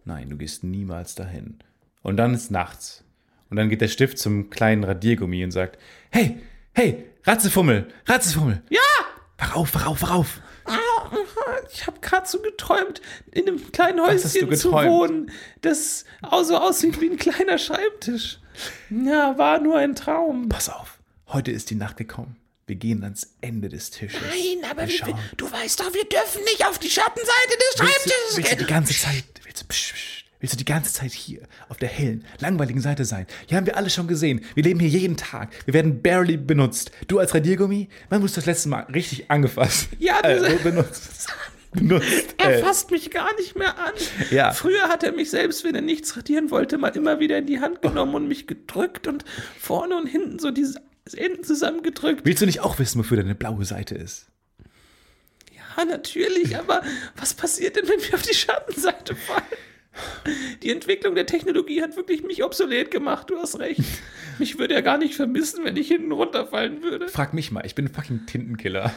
Nein, du gehst niemals dahin. Und dann ist nachts. Und dann geht der Stift zum kleinen Radiergummi und sagt, hey, hey, Ratzefummel, Ratzefummel. Ja! Wach auf, wach auf, wach auf.
Ah, ich habe gerade so geträumt, in einem kleinen
hast
Häuschen
du
zu
geträumt?
wohnen, das auch so aussieht wie ein kleiner Schreibtisch. Na, war nur ein Traum.
Pass auf, heute ist die Nacht gekommen. Wir gehen ans Ende des Tisches.
Nein, aber
wir
wir,
schauen.
du weißt doch, wir dürfen nicht auf die Schattenseite des
Willst du,
Schreibtisches
willst du
gehen.
die ganze Zeit, willst du, psch, psch, willst du die ganze Zeit hier auf der hellen, langweiligen Seite sein? Hier haben wir alle schon gesehen. Wir leben hier jeden Tag. Wir werden barely benutzt. Du als Radiergummi, wann wurdest du das letzte Mal richtig angefasst?
Ja,
äh,
das-
benutzt. benutzt.
Er
äh,
fasst mich gar nicht mehr an.
Ja.
Früher hat er mich selbst, wenn er nichts radieren wollte, mal immer wieder in die Hand genommen und mich gedrückt und vorne und hinten so die Enden zusammengedrückt.
willst du nicht auch wissen, wofür deine blaue Seite ist?
Ja, natürlich, aber was passiert denn, wenn wir auf die Schattenseite fallen? Die Entwicklung der Technologie hat wirklich mich obsolet gemacht, du hast recht. Mich würde er gar nicht vermissen, wenn ich hinten runterfallen würde.
Frag mich mal, ich bin ein fucking Tintenkiller.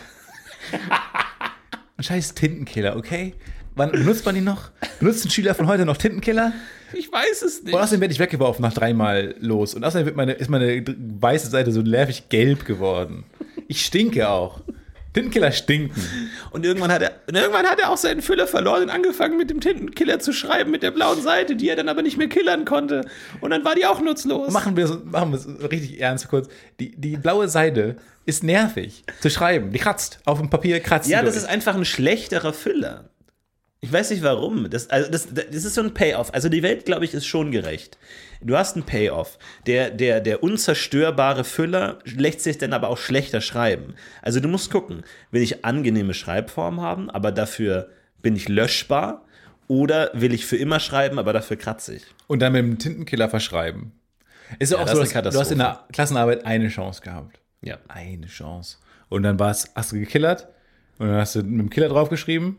ein scheiß Tintenkiller, okay? Wann benutzt man die noch? Benutzt ein Schüler von heute noch Tintenkiller?
Ich weiß es nicht.
Und außerdem werde ich weggeworfen nach dreimal los. Und außerdem wird meine, ist meine dr- weiße Seite so nervig gelb geworden. Ich stinke auch. Tintenkiller stinken.
Und irgendwann hat er, und irgendwann hat er auch seinen Füller verloren und angefangen mit dem Tintenkiller zu schreiben, mit der blauen Seite, die er dann aber nicht mehr killern konnte. Und dann war die auch nutzlos.
Machen wir es machen wir es richtig ernst kurz. Die, die blaue Seite ist nervig zu schreiben. Die kratzt. Auf dem Papier kratzt
ja,
die
das
durch.
ist einfach ein schlechterer Füller. Ich weiß nicht warum. Das, also das, das ist so ein Payoff. Also die Welt, glaube ich, ist schon gerecht. Du hast einen Payoff. Der, der, der unzerstörbare Füller lässt sich dann aber auch schlechter schreiben. Also du musst gucken, will ich angenehme Schreibform haben, aber dafür bin ich löschbar? Oder will ich für immer schreiben, aber dafür kratzig?
Und dann mit dem Tintenkiller verschreiben. Ist ja, auch
das
so,
ist eine
dass, du hast in der Klassenarbeit eine Chance gehabt.
Ja.
Eine Chance. Und dann war's, hast du gekillert und dann hast du mit dem Killer draufgeschrieben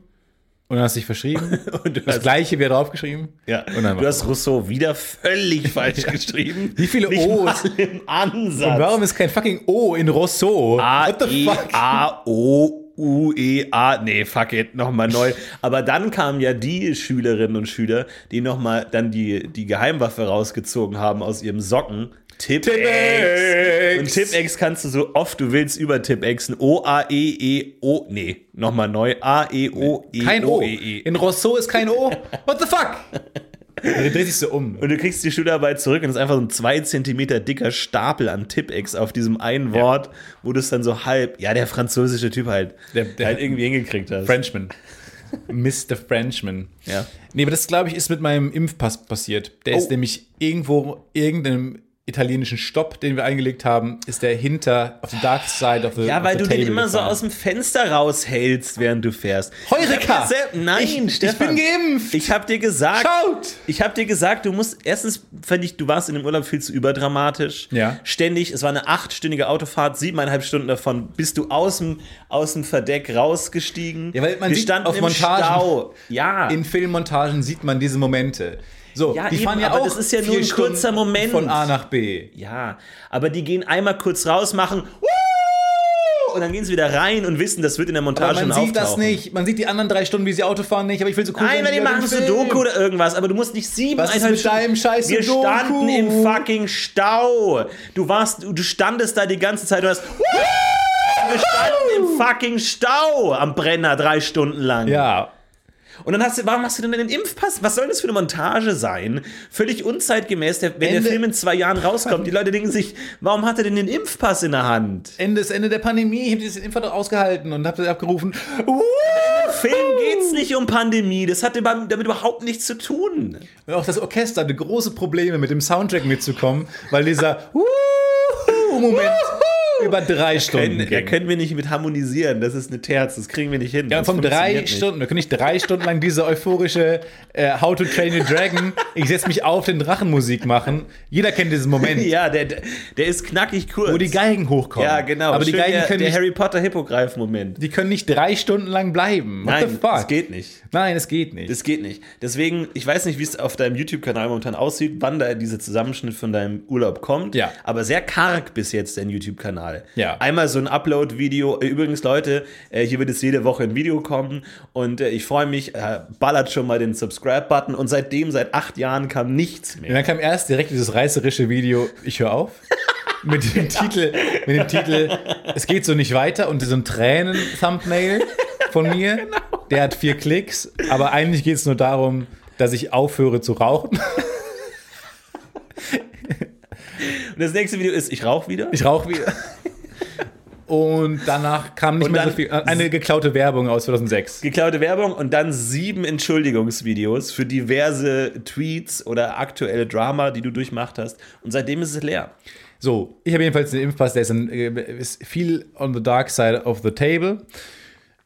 Und dann hast du dich verschrieben.
Und du
das
hast-
gleiche wieder draufgeschrieben.
Ja,
Und dann
du hast Rousseau wieder völlig falsch geschrieben.
Wie viele
Nicht
O's?
mal im Ansatz.
Und warum ist kein fucking O in Rousseau?
A,
What the
e,
fuck?
A, O, U, E, A. Nee, fuck it, nochmal neu. Aber dann kamen ja die Schülerinnen und Schüler, die nochmal dann die, die Geheimwaffe rausgezogen haben aus ihrem Socken. Tipex.
Tipex.
Und Tipex kannst du so oft du willst über Tipexen. O, A, E, E, O. Nee, nochmal neu. A, E, O, E,
Kein O.
E, E.
In Rousseau ist kein O. What the fuck? Dann dreht sich so um.
Und du kriegst die Schularbeit zurück und es ist einfach so ein zwei Zentimeter dicker Stapel an Tippex auf diesem einen Wort, wo du es dann so halb, ja, der französische Typ halt,
Der- der-
halt irgendwie hingekriegt hast.
Frenchman. Mr. Frenchman.
Ja.
Nee, aber das, glaube ich, ist mit meinem Impfpass passiert. Der
Oh.
ist nämlich irgendwo, irgendeinem italienischen Stopp, den wir eingelegt haben, ist der hinter, auf the dark side of the
Ja, weil
of
du
the
den
table
immer so
gefahren.
aus dem Fenster raushältst, während du fährst.
Heureka!
Ich hab dir sel- Nein,
ich, ich
Stefan.
bin geimpft!
Ich hab dir gesagt,
Schaut!
ich hab dir gesagt, du musst, erstens fand ich, du warst in dem Urlaub viel zu überdramatisch.
Ja.
Ständig, es war eine achtstündige Autofahrt, siebeneinhalb Stunden davon bist du aus dem, aus dem Verdeck rausgestiegen.
Ja, weil man
Wir
sieht
standen
auf
im
Montagen-
Stau. Ja.
In Filmmontagen sieht man diese Momente. So,
Ah. Ja,
die
eben,
fahren ja
aber
auch
das ist ja nur
vier
ein kurzer
Stunden
Moment.
Von A nach B.
ja, aber die gehen einmal kurz raus, machen "Woo!" und dann gehen sie wieder rein und wissen, das wird in der
Aber
Montage
man
schon
sieht das
auftauchen.
nicht. Man sieht die anderen drei Stunden, wie sie Auto fahren, nicht. Aber ich will so cool
Nein,
sein
weil
wie
die
bei dem
machen so
Film.
Doku oder irgendwas, aber du musst nicht sieben,
Was ist
eineinhalb
mit
Stunden-
deinem scheiß
halt Wir
Doku?
standen im fucking Stau. Du warst, du standest da die ganze Zeit, du hast. Wir standen im fucking Stau am Brenner drei Stunden lang.
Ja.
Und dann hast du, warum hast du denn den Impfpass? Was soll das für eine Montage sein? Völlig unzeitgemäß, der, wenn der
Ende-
Film in zwei Jahren rauskommt. Die Leute denken sich, warum hat er denn den Impfpass in der Hand?
Ende ist Ende der Pandemie. Ich habe dieses Impfvertrag ausgehalten und habe abgerufen. Uh!
Film geht's nicht um Pandemie. Das hat überhaupt- damit überhaupt nichts zu tun.
Und auch das Orchester hatte große Probleme, mit dem Soundtrack mitzukommen, weil dieser uh! Moment über drei Stunden
Können, da
ging.
können wir nicht mit harmonisieren. Das ist eine Terz. Das kriegen wir nicht hin.
genau. Ja,
Das
vom
funktioniert
drei
nicht.
Stunden. Wir können nicht drei Stunden lang diese euphorische äh, How to Train Your Dragon, ich setze mich auf den Drachenmusik machen. Jeder kennt diesen Moment,
Ja, der, der der ist knackig kurz.
wo die Geigen hochkommen.
Ja, genau.
Aber die
Schön
Geigen
der,
können
der
nicht,
Harry Potter Hippogreif-Moment.
die können nicht drei Stunden lang bleiben. What the
Nein,
fuck?
das geht nicht.
Nein, es geht nicht.
Das geht nicht. Deswegen, ich weiß nicht, wie es auf deinem YouTube-Kanal momentan aussieht, wann da dieser Zusammenschnitt von deinem Urlaub kommt.
Ja.
Aber sehr karg bis jetzt dein YouTube-Kanal.
Ja.
Einmal so ein Upload-Video. Äh, Übrigens, Leute, äh, hier wird es jede Woche ein Video kommen und äh, ich freue mich. Äh, Ballert schon mal den Subscribe-Button und seitdem, seit acht Jahren, kam nichts mehr.
Und dann kam erst direkt dieses reißerische Video, ich höre auf. Mit dem Titel, mit dem Titel, es geht so nicht weiter und so ein Tränen-Thumbnail von mir.
genau.
Der hat vier Klicks, aber eigentlich geht es nur darum, dass ich aufhöre zu rauchen.
Und das nächste Video ist, ich rauche wieder.
Ich rauche wieder. Und danach kam nicht
Und
mehr so
dann-
viel. äh, Eine geklaute Werbung aus 2006.
geklaute Werbung und dann sieben Entschuldigungsvideos für diverse Tweets oder aktuelle Drama, die du durchmacht hast. Und seitdem ist es leer.
So, ich habe jedenfalls den Impfpass, der ist, ein, äh, ist viel on the dark side of the table.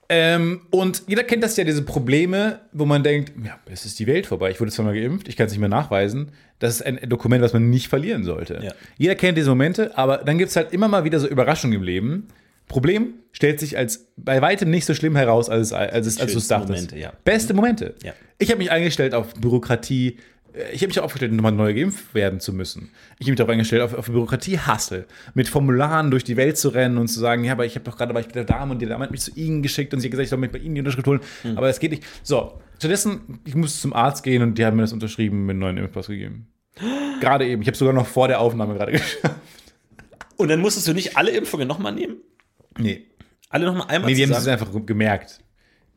Ähm, und jeder kennt das ja, diese Probleme, wo man denkt, ja, es ist die Welt vorbei, ich wurde zweimal geimpft, ich kann es nicht mehr nachweisen. Das ist ein Dokument, was man nicht verlieren sollte.
Ja.
Jeder kennt diese Momente, aber dann gibt es halt immer mal wieder so Überraschungen im Leben. Problem stellt sich als bei weitem nicht so schlimm heraus, als, es- als, es- als du es
Schönsten
dachtest.
Momente, ja. Mhm.
Beste Momente.
Ja.
Ich habe mich eingestellt auf Bürokratie. Äh, Ich habe mich auch aufgestellt, nochmal neu geimpft werden zu müssen. Ich habe mich darauf eingestellt, auf, auf Bürokratie-Hassel. Mit Formularen durch die Welt zu rennen und zu sagen, ja, aber ich habe doch gerade, war ich mit der Dame und die Dame hat mich zu Ihnen geschickt und sie hat gesagt, ich soll mich bei Ihnen die Unterschrift holen.
Mhm.
Aber das geht nicht. So, stattdessen, ich muss zum Arzt gehen und die haben mir das unterschrieben, mir einen neuen Impfpass gegeben. Gerade eben. Ich habe sogar noch vor der Aufnahme gerade geschafft.
Und dann musstest du nicht alle Impfungen nochmal nehmen?
Nee.
Alle nochmal einmal
Nee, die haben es
zusammen?
einfach gemerkt.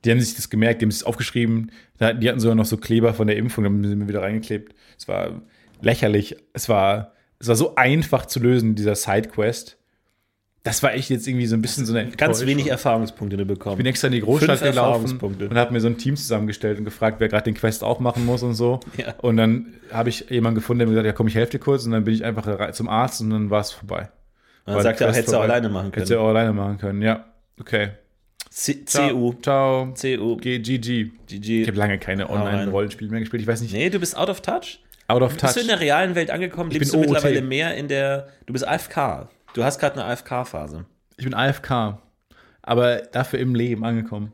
Die haben sich das gemerkt, die haben es aufgeschrieben. Da- Die hatten sogar noch so Kleber von der Impfung, dann sind wir wieder reingeklebt. Es war lächerlich. Es war, es war so einfach zu lösen, dieser Sidequest. Das war echt jetzt irgendwie so ein bisschen so eine.
Ganz
Enttäuschung.
wenig Erfahrungspunkte die du bekommen.
Ich bin extra in die Großstadt
Fünf
gelaufen
Erfahrungspunkte.
und habe mir so ein Team zusammengestellt und gefragt, wer gerade den Quest auch machen muss und so.
Ja.
Und dann habe ich jemanden gefunden, der mir gesagt hat, ja komm, ich helfe dir kurz. Und dann bin ich einfach re- zum Arzt und dann war es vorbei.
dann
War der
sagt er,
Quest
hättest du auch
vorbei.
alleine machen
Hättest du
können.
auch alleine machen können, ja. Okay.
C-
Ciao.
CU.
Ciao.
CU.
G- GG.
GG.
Ich habe lange keine
rein.
Online-Rollenspiele mehr gespielt. Ich weiß nicht.
Nee, du bist out of touch?
Out of
Bist
touch.
du in der realen Welt angekommen? Lebst du
bin OOT.
mittlerweile mehr in der. Du bist AFK. Du hast gerade eine AFK-Phase. Mhm.
Ich bin AFK. Aber dafür im Leben angekommen.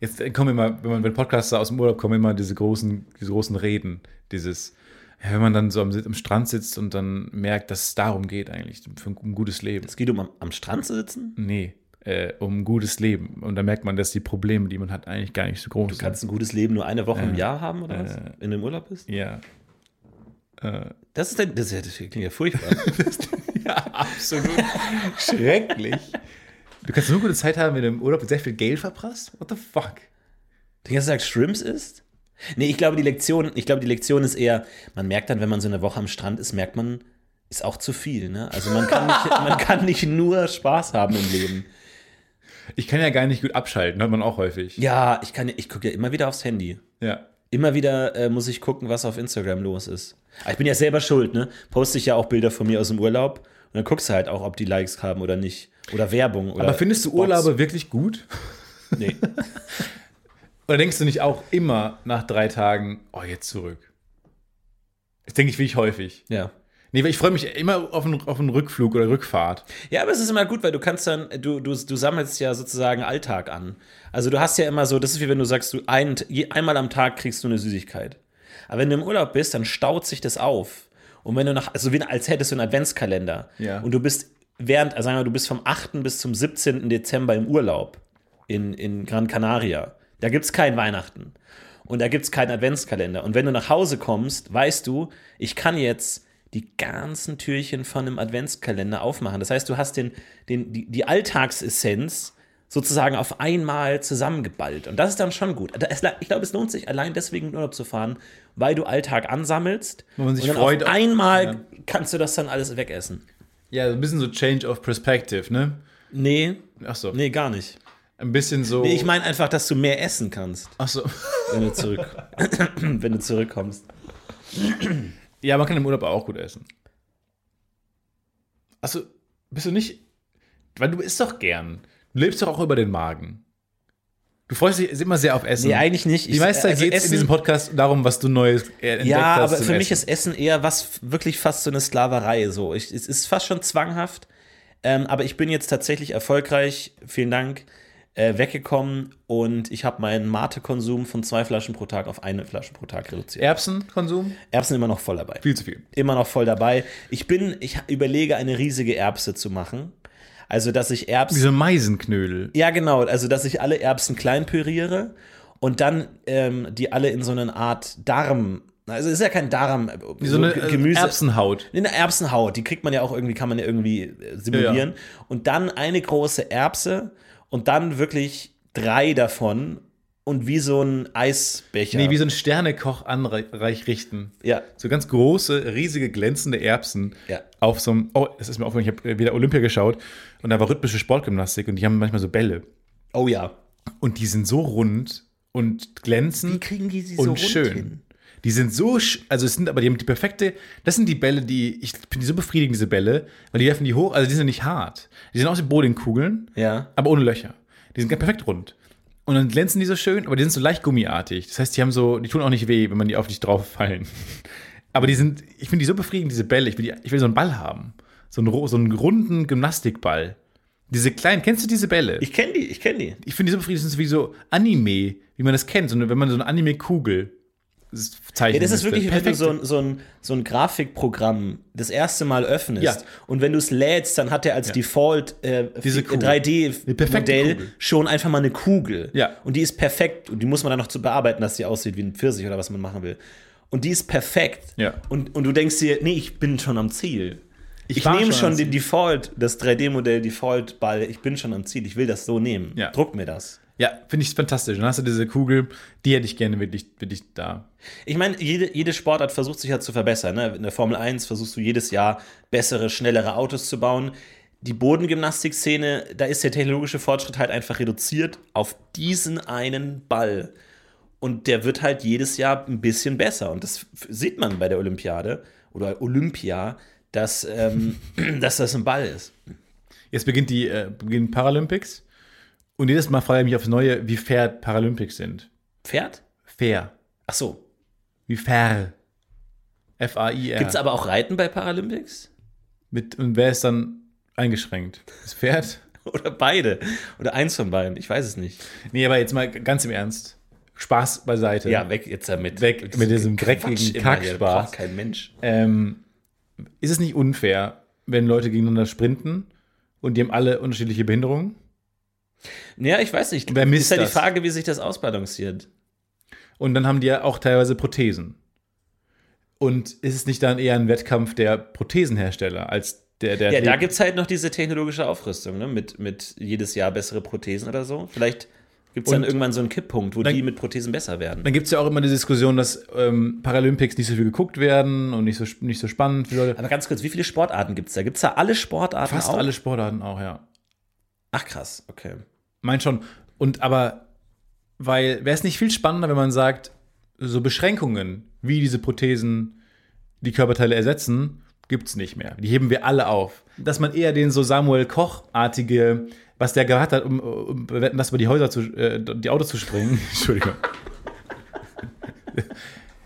Jetzt äh, kommen immer, wenn man wenn Podcaster aus dem Urlaub kommen, immer diese großen, diese großen Reden, dieses, ja, wenn man dann so am, Sit- am Strand sitzt und dann merkt, dass es darum geht eigentlich, für ein, um gutes Leben.
Es geht um am, am Strand zu sitzen.
Nee, äh, um ein gutes Leben. Und dann merkt man, dass die Probleme, die man hat, eigentlich gar nicht so groß
Du kannst ein gutes Leben nur eine Woche im Jahr haben oder was? Wenn du im Urlaub bist?
Ja.
Das ist dein, das, ist, das klingt ja furchtbar.
Absolut schrecklich. Du kannst nur gute Zeit haben, wenn du im Urlaub sehr viel Geld verprasst? What the fuck?
Den ganzen Tag Shrimps isst? Nee, ich glaube, die Lektion, ich glaube, die Lektion ist eher, man merkt dann, wenn man so eine Woche am Strand ist, merkt man, ist auch zu viel, ne? Also man kann nicht, man kann nicht nur Spaß haben im Leben.
Ich kann ja gar nicht gut abschalten, hört man auch häufig.
Ja, ich kann, ich gucke ja immer wieder aufs Handy.
Ja.
Immer wieder äh, muss ich gucken, was auf Instagram los ist. Aber ich bin ja selber schuld, ne? Poste ich ja auch Bilder von mir aus dem Urlaub und dann guckst du halt auch, ob die Likes haben oder nicht. Oder Werbung oder.
Aber findest du
Spots.
Urlaube wirklich gut?
Nee.
Oder denkst du nicht auch immer nach drei Tagen, oh, jetzt zurück? Das denke ich wirklich häufig.
Ja.
Nee, weil ich freue mich immer auf einen, auf einen Rückflug oder Rückfahrt.
Ja, aber es ist immer gut, weil du kannst dann, du, du, du sammelst ja sozusagen Alltag an. Also du hast ja immer so, das ist wie wenn du sagst, du ein, je- einmal am Tag kriegst du eine Süßigkeit. Aber wenn du im Urlaub bist, dann staut sich das auf. Und wenn du nach, also wie, als hättest du einen Adventskalender.
Ja.
Und du bist während, also sagen wir, mal, du bist vom 8. bis zum 17. Dezember im Urlaub in, in Gran Canaria. Da gibt es kein Weihnachten. Und da gibt es keinen Adventskalender. Und wenn du nach Hause kommst, weißt du, ich kann jetzt die ganzen Türchen von einem Adventskalender aufmachen. Das heißt, du hast den, den, die, die Alltagsessenz sozusagen auf einmal zusammengeballt. Und das ist dann schon gut. Da- es- Ich glaube, es lohnt sich allein deswegen in den Urlaub zu fahren, weil du Alltag ansammelst.
Wo man sich
und dann
freut
Auf
auf-
einmal
Ja.
kannst du das dann alles wegessen.
Ja, so ein bisschen so Change of Perspective, ne?
Nee,
Ach so.
nee, gar nicht.
Ein bisschen so.
Nee, ich meine einfach, dass du mehr essen kannst,
Ach so.
wenn du, zurück, wenn du zurückkommst.
Ja, man kann im Urlaub auch gut essen. Also, bist du nicht. Weil du isst doch gern. Du lebst doch auch über den Magen. Du freust dich immer sehr auf Essen.
Nee, eigentlich nicht.
Die meiste Zeit
also
geht es in
Essen-
diesem Podcast darum, was du Neues äh, entdeckt
Ja,
hast.
aber
zum
für mich
Essen.
ist Essen eher was f- wirklich fast so eine Sklaverei. So, ich, es ist fast schon zwanghaft. Ähm, aber ich bin jetzt tatsächlich erfolgreich, vielen Dank, äh, weggekommen und ich habe meinen Mate-Konsum von zwei Flaschen pro Tag auf eine Flasche pro Tag reduziert.
Erbsenkonsum?
Erbsen immer noch voll dabei.
Viel zu viel.
Immer noch voll dabei. Ich bin, ich überlege, eine riesige Erbse zu machen. Also, dass ich Erbsen.
Diese Meisenknödel.
Ja, genau. Also, dass ich alle Erbsen klein püriere und dann ähm, die alle in so eine Art Darm. Also, es ist ja kein Darm. äh,
Wie so eine
Ge-
äh, Erbsenhaut.
in der Erbsenhaut, die kriegt man ja auch irgendwie, kann man ja irgendwie äh, simulieren. Und dann eine große Erbse und dann wirklich drei davon und wie so ein Eisbecher.
Nee, wie so ein Sternekoch anreich richten.
ja,
So ganz große, riesige, glänzende Erbsen
Ja.
auf so einem. Oh, es ist mir aufgefallen, ich habe äh, wieder Olympia geschaut und da war rhythmische Sportgymnastik und die haben manchmal so Bälle.
oh ja.
Und die sind so rund und glänzend.
Wie kriegen die sie
und
so rund
schön.
hin?
Die sind so, sch- also es sind aber die haben die perfekte, das sind die Bälle, die, ich finde die so befriedigend, diese Bälle, weil die werfen die hoch, also die sind nicht hart. Die sind aus wie Bowlingkugeln,
Ja.
aber ohne Löcher. Die sind ganz perfekt rund. Und dann glänzen die so schön, aber die sind so leicht gummiartig. Das heißt, die haben so, die tun auch nicht weh, wenn man die auf dich drauf fallen. Aber die sind, ich finde die so befriedigend, diese Bälle. Ich will, die, ich will so einen Ball haben. So einen, ro- so einen runden Gymnastikball. Diese kleinen, kennst du diese Bälle?
Ich kenne die, ich kenne die.
ich finde die so befriedigend, das ist wie so Anime, wie man das kennt, so eine, wenn man so eine Anime-Kugel s-
Ja,
zeichnet.
das ist wirklich, wenn du
Perfekt.
so ein, so, ein, so ein Grafikprogramm das erste Mal öffnest
Ja.
und wenn du es lädst, dann hat er als Default äh,
Diese Kugel. Eine perfekte
3D-Modell
Kugel.
schon einfach mal eine Kugel.
Ja.
Und die ist perfekt und die muss man dann noch zu bearbeiten, dass die aussieht wie ein Pfirsich oder was man machen will. Und die ist perfekt.
Ja.
Und, und du denkst dir, nee, ich bin schon am Ziel. Ich,
war
nehme
schon
schon
am
den Default, das 3D-Modell Default-Ball, ich bin schon am Ziel, ich will das so nehmen.
Ja.
Druck mir das.
Ja, finde ich fantastisch. Dann hast du diese Kugel, die hätte ich gerne wirklich, wirklich da.
Ich meine, jede, jede Sportart versucht sich ja zu verbessern. Ne? In der Formel 1 versuchst du jedes Jahr bessere, schnellere Autos zu bauen. Die Bodengymnastikszene, da ist der technologische Fortschritt halt einfach reduziert auf diesen einen Ball. Und der wird halt jedes Jahr ein bisschen besser. Und das f- sieht man bei der Olympiade oder Olympia, dass, ähm, dass das ein Ball ist.
Jetzt beginnt die äh, beginnen Paralympics und jedes Mal freue ich mich aufs Neue, wie fair Paralympics sind.
Pferd?
Fair.
Ach so.
Wie fair. F-A-I-R.
Gibt es aber auch Reiten bei Paralympics?
Mit, und wer ist dann eingeschränkt? Das Pferd?
Oder beide. Oder eins von beiden. Ich weiß es nicht.
Nee, aber jetzt mal ganz im Ernst. Spaß beiseite.
Ja, weg jetzt damit.
Weg
Das
mit
ist
diesem
Quatsch
dreckigen
immer hier,
Kackspaß.
braucht kein Mensch.
Ähm, ist es nicht unfair, wenn Leute gegeneinander sprinten und die haben alle unterschiedliche Behinderungen?
Ja, ich weiß nicht.
Wer misst
ist ja die
das?
Frage, wie sich das ausbalanciert.
Und dann haben die ja auch teilweise Prothesen. Und ist es nicht dann eher ein Wettkampf der Prothesenhersteller als der der
Ja, da gibt es halt noch diese technologische Aufrüstung, ne? Mit, mit jedes Jahr bessere Prothesen oder so. Vielleicht gibt es dann
Und-
irgendwann so einen Kipppunkt, wo
Dann-
die mit Prothesen besser werden.
Dann gibt es ja auch immer die Diskussion, dass ähm, Paralympics nicht so viel geguckt werden und nicht so, nicht so spannend für Leute.
Aber ganz kurz, wie viele Sportarten gibt es da? Gibt es da alle Sportarten
Fast
auch?
alle Sportarten auch, ja.
Ach krass, okay.
Mein schon. Und aber, weil wäre es nicht viel spannender, wenn man sagt, so Beschränkungen, wie diese Prothesen die Körperteile ersetzen, gibt es nicht mehr. Die heben wir alle auf. Dass man eher den so Samuel Koch-artige, was der gehabt hat, um, um bei Wetten, dass über die Häuser zu, äh, die Autos zu springen. Entschuldigung.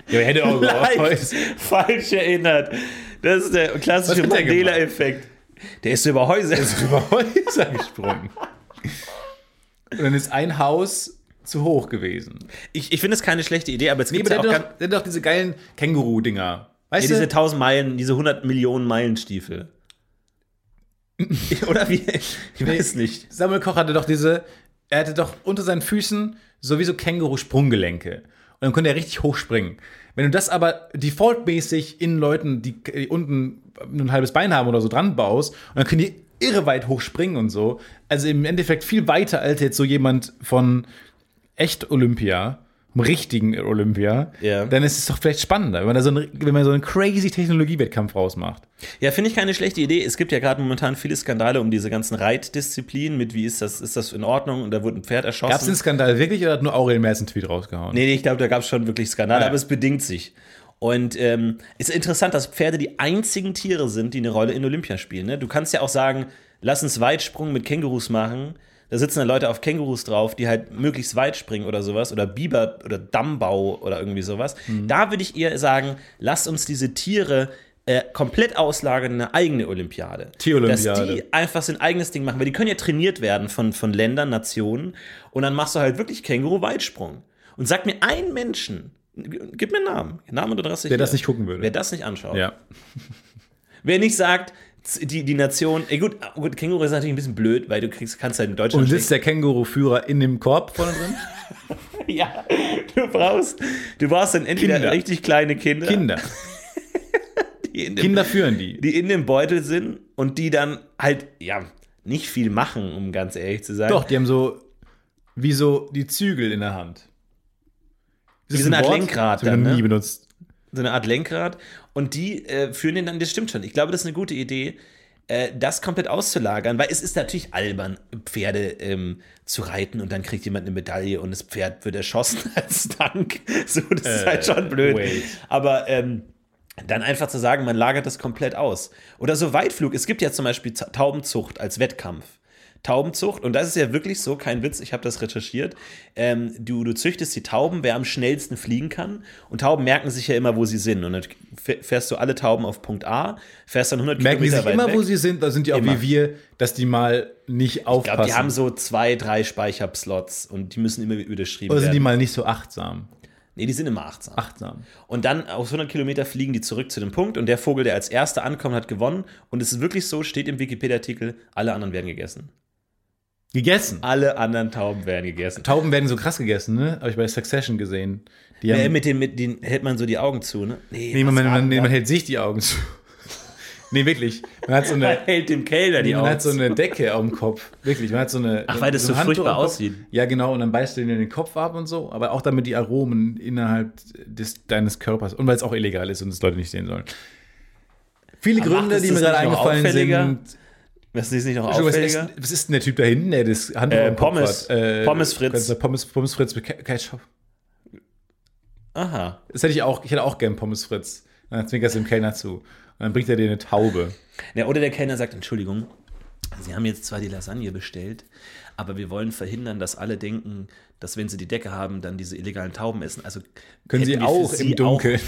ja, er hätte auch
Leicht falsch erinnert. Das ist der klassische
Was hat der Also
Mandela-Effekt. Der ist über Häuser.
über Häuser gesprungen. Und dann ist ein Haus zu hoch gewesen.
Ich, ich finde es keine schlechte Idee, aber jetzt
Nee,
gibt
aber
es
der
auch
hat
ganz,
doch, der hat doch diese geilen Känguru-Dinger.
ja,
Weißt
diese
du?
1000 Meilen, diese 100 Millionen Meilen Stiefel. Oder wie? Ich weiß nicht.
Samuel Koch hatte doch diese, er hatte doch unter seinen Füßen sowieso Känguru-Sprunggelenke. Und dann konnte er richtig hoch springen. Wenn du das aber defaultmäßig in Leuten, die äh, unten nur ein halbes Bein haben oder so dran baust, und dann können die irre weit hoch springen und so. Also im Endeffekt viel weiter als jetzt so jemand von echt Olympia, einem richtigen Olympia,
Ja.
dann ist es doch vielleicht spannender, wenn man da so einen, wenn man so einen crazy Technologiewettkampf rausmacht.
Ja, finde ich keine schlechte Idee. Es gibt ja gerade momentan viele Skandale um diese ganzen Reitdisziplinen mit wie ist das, ist das in Ordnung? Und da wurde ein Pferd erschossen.
Gab es den Skandal wirklich oder hat nur Aurel Merz einen Tweet rausgehauen?
Nee, nee, ich glaube, da gab es schon wirklich Skandale,
Ah, ja.
aber es bedingt sich. Und ähm, ist interessant, dass Pferde die einzigen Tiere sind, die eine Rolle in Olympia spielen. Ne? Du kannst ja auch sagen, lass uns Weitsprung mit Kängurus machen. Da sitzen dann Leute auf Kängurus drauf, die halt möglichst weit springen oder sowas. Oder Biber oder Dammbau oder irgendwie sowas.
Mhm.
Da würde ich eher sagen, lass uns diese Tiere äh, komplett auslagern in eine eigene Olympiade.
Tierolympiade.
Dass die einfach sein eigenes Ding machen, weil die können ja trainiert werden von, von Ländern, Nationen. Und dann machst du halt wirklich Känguru-Weitsprung. Und sag mir einen Menschen, g- gib mir einen Namen, Namen und Adresse.
Wer das nicht gucken würde.
Wer das nicht anschaut.
Ja.
Wer nicht sagt, z- die, die Nation, ey gut, ah, gut, Känguru ist natürlich ein bisschen blöd, weil du kriegst, kannst halt in Deutschland
Und sitzt
schlecht-
der Känguru-Führer in dem Korb vorne drin?
Ja, du brauchst, du brauchst dann entweder
Kinder.
richtig kleine Kinder,
Kinder.
die, in dem,
Kinder führen die.
die in dem Beutel sind und die dann halt, ja, nicht viel machen, um ganz ehrlich zu sein.
Doch, die haben so, wie so die Zügel in der Hand. Ist das
so eine
ein
Art
Wort?
Lenkrad
Das hab ich
dann,
noch nie
ne?
benutzt.
so eine Art Lenkrad und die äh, führen den dann, das stimmt schon. Ich glaube, das ist eine gute Idee, äh, das komplett auszulagern, weil es ist natürlich albern, Pferde ähm, zu reiten und dann kriegt jemand eine Medaille und das Pferd wird erschossen als Dank. So, das ist
Äh,
halt schon blöd.
wait.
Aber ähm, dann einfach zu sagen, man lagert das komplett aus. Oder so Weitflug. Es gibt ja zum Beispiel Z- Taubenzucht als Wettkampf. Taubenzucht, und das ist ja wirklich so, kein Witz, ich habe das recherchiert. Ähm, du, du züchtest die Tauben, wer am schnellsten fliegen kann. Und Tauben merken sich ja immer, wo sie sind. Und dann f- fährst du alle Tauben auf Punkt A, fährst dann 100
Merken die
Kilometer
sich
weit
immer,
weg.
wo sie sind, da sind die auch
Immer.
wie wir, dass die mal nicht
Ich
aufpassen.
glaube, die haben so zwei, drei Speicherpslots und die müssen immer überschrieben
Oder sind Also die
werden.
mal nicht so achtsam?
nee, die sind immer achtsam.
Achtsam.
Und dann aus 100 Kilometer fliegen die zurück zu dem Punkt und der Vogel, der als erster ankommt, hat gewonnen. Und es ist wirklich so, steht im Wikipedia-Artikel, alle anderen werden gegessen.
Gegessen.
Alle anderen Tauben werden gegessen.
Tauben werden so krass gegessen, ne? Habe ich bei Succession gesehen. Die
Äh,
haben,
mit, den, mit den hält man so die Augen zu, ne?
nee, man,
was
man,
war
man,
denn
man
da?
hält sich die Augen zu. nee, wirklich. Man hat so eine,
Man hält dem Kellner die
man
Augen
hat so
zu.
eine Decke auf dem Kopf. Wirklich, man hat so eine.
Ach, weil das
ein
so
Handtuch
furchtbar
am Kopf.
aussieht.
Ja, genau, und dann beißt du dir den Kopf ab und so, aber auch damit die Aromen innerhalb des, deines Körpers und weil es auch illegal ist und es Leute nicht sehen sollen. Viele
Aber macht
Gründe,
es
die
das
mir gerade
nicht noch
eingefallen
auffälliger?
sind.
Was ist nicht noch
Entschuldigung,
auffälliger?
Was ist, was ist denn der Typ da hinten, der das Handtuch
Äh,
am Kopf
Pommes.
hat?
Pommes Fritz.
kannst du Pommes, Pommes Fritz mit Ke- Ketchup.
Aha.
Das hätte ich auch, ich hätte auch gern Pommes Fritz. Dann zwinkerst du dem Kellner zu. Und dann bringt er dir eine Taube.
Ja, oder der Kellner sagt, Entschuldigung, Sie haben jetzt zwar die Lasagne bestellt, aber wir wollen verhindern, dass alle denken, dass wenn sie die Decke haben, dann diese illegalen Tauben essen. Also
Können
hätten wir
Sie
für
auch im Dunkeln.
auch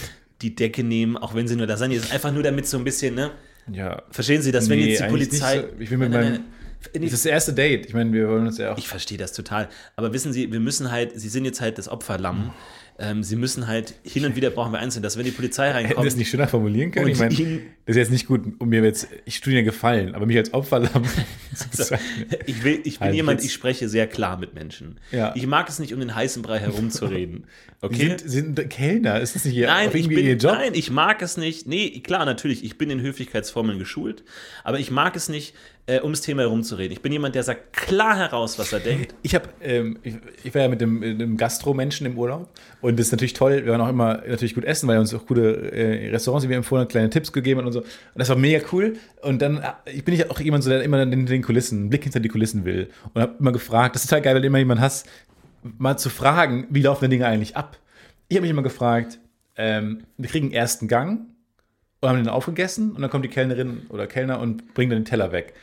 die Decke nehmen, auch wenn sie nur Lasagne ist. Einfach nur damit so ein bisschen, ne?
Ja.
Verstehen Sie, dass wenn
Nee,
jetzt die
eigentlich nicht
Polizei.
so. Ich will mit
Nein, nein,
meinem-
nein. in die
Das ist das erste Date. Ich meine, wir wollen uns ja auch.
Ich verstehe das total. Aber wissen Sie, wir müssen halt, Sie sind jetzt halt das
Hm.
Opferlamm. Ähm, Sie müssen halt, hin und wieder brauchen wir einzeln, dass wenn die Polizei
Hätten
reinkommt.
wir das nicht schöner formulieren können?
Und
Ich meine,
ihn-
das ist jetzt nicht gut. Um mir jetzt, ich tue dir gefallen, aber mich als Opferlamm. zu
So,
sagen.
ich, will, ich bin
Halt
jemand,
jetzt.
ich spreche sehr klar mit Menschen.
Ja.
Ich mag es nicht, um den heißen Brei herumzureden. Okay?
sind, sind Kellner? Ist das nicht ihr,
nein,
auch
ich
irgendwie
bin,
ihr Job?
nein, ich mag es nicht. Nee, klar, natürlich, ich bin in Höflichkeitsformeln geschult, aber ich mag es nicht, äh, ums Thema herumzureden. Ich bin jemand, der sagt klar heraus, was er denkt.
Ich habe, ähm, ich, ich war ja mit dem, mit dem Gastro-Menschen im Urlaub und das ist natürlich toll. Wir waren auch immer natürlich gut essen, weil er uns auch gute äh, Restaurants, die wir empfohlen hat, kleine Tipps gegeben hat und so. Und das war mega cool. Und dann äh, ich bin ich auch jemand, so, der immer hinter den Kulissen, einen Blick hinter die Kulissen will und habe immer gefragt. Das ist total geil, wenn du immer jemanden hast, mal zu fragen, wie laufen denn Dinge eigentlich ab. Ich habe mich immer gefragt. Ähm, wir kriegen einen ersten Gang und haben den aufgegessen und dann kommt die Kellnerin oder Kellner und bringt dann den Teller weg.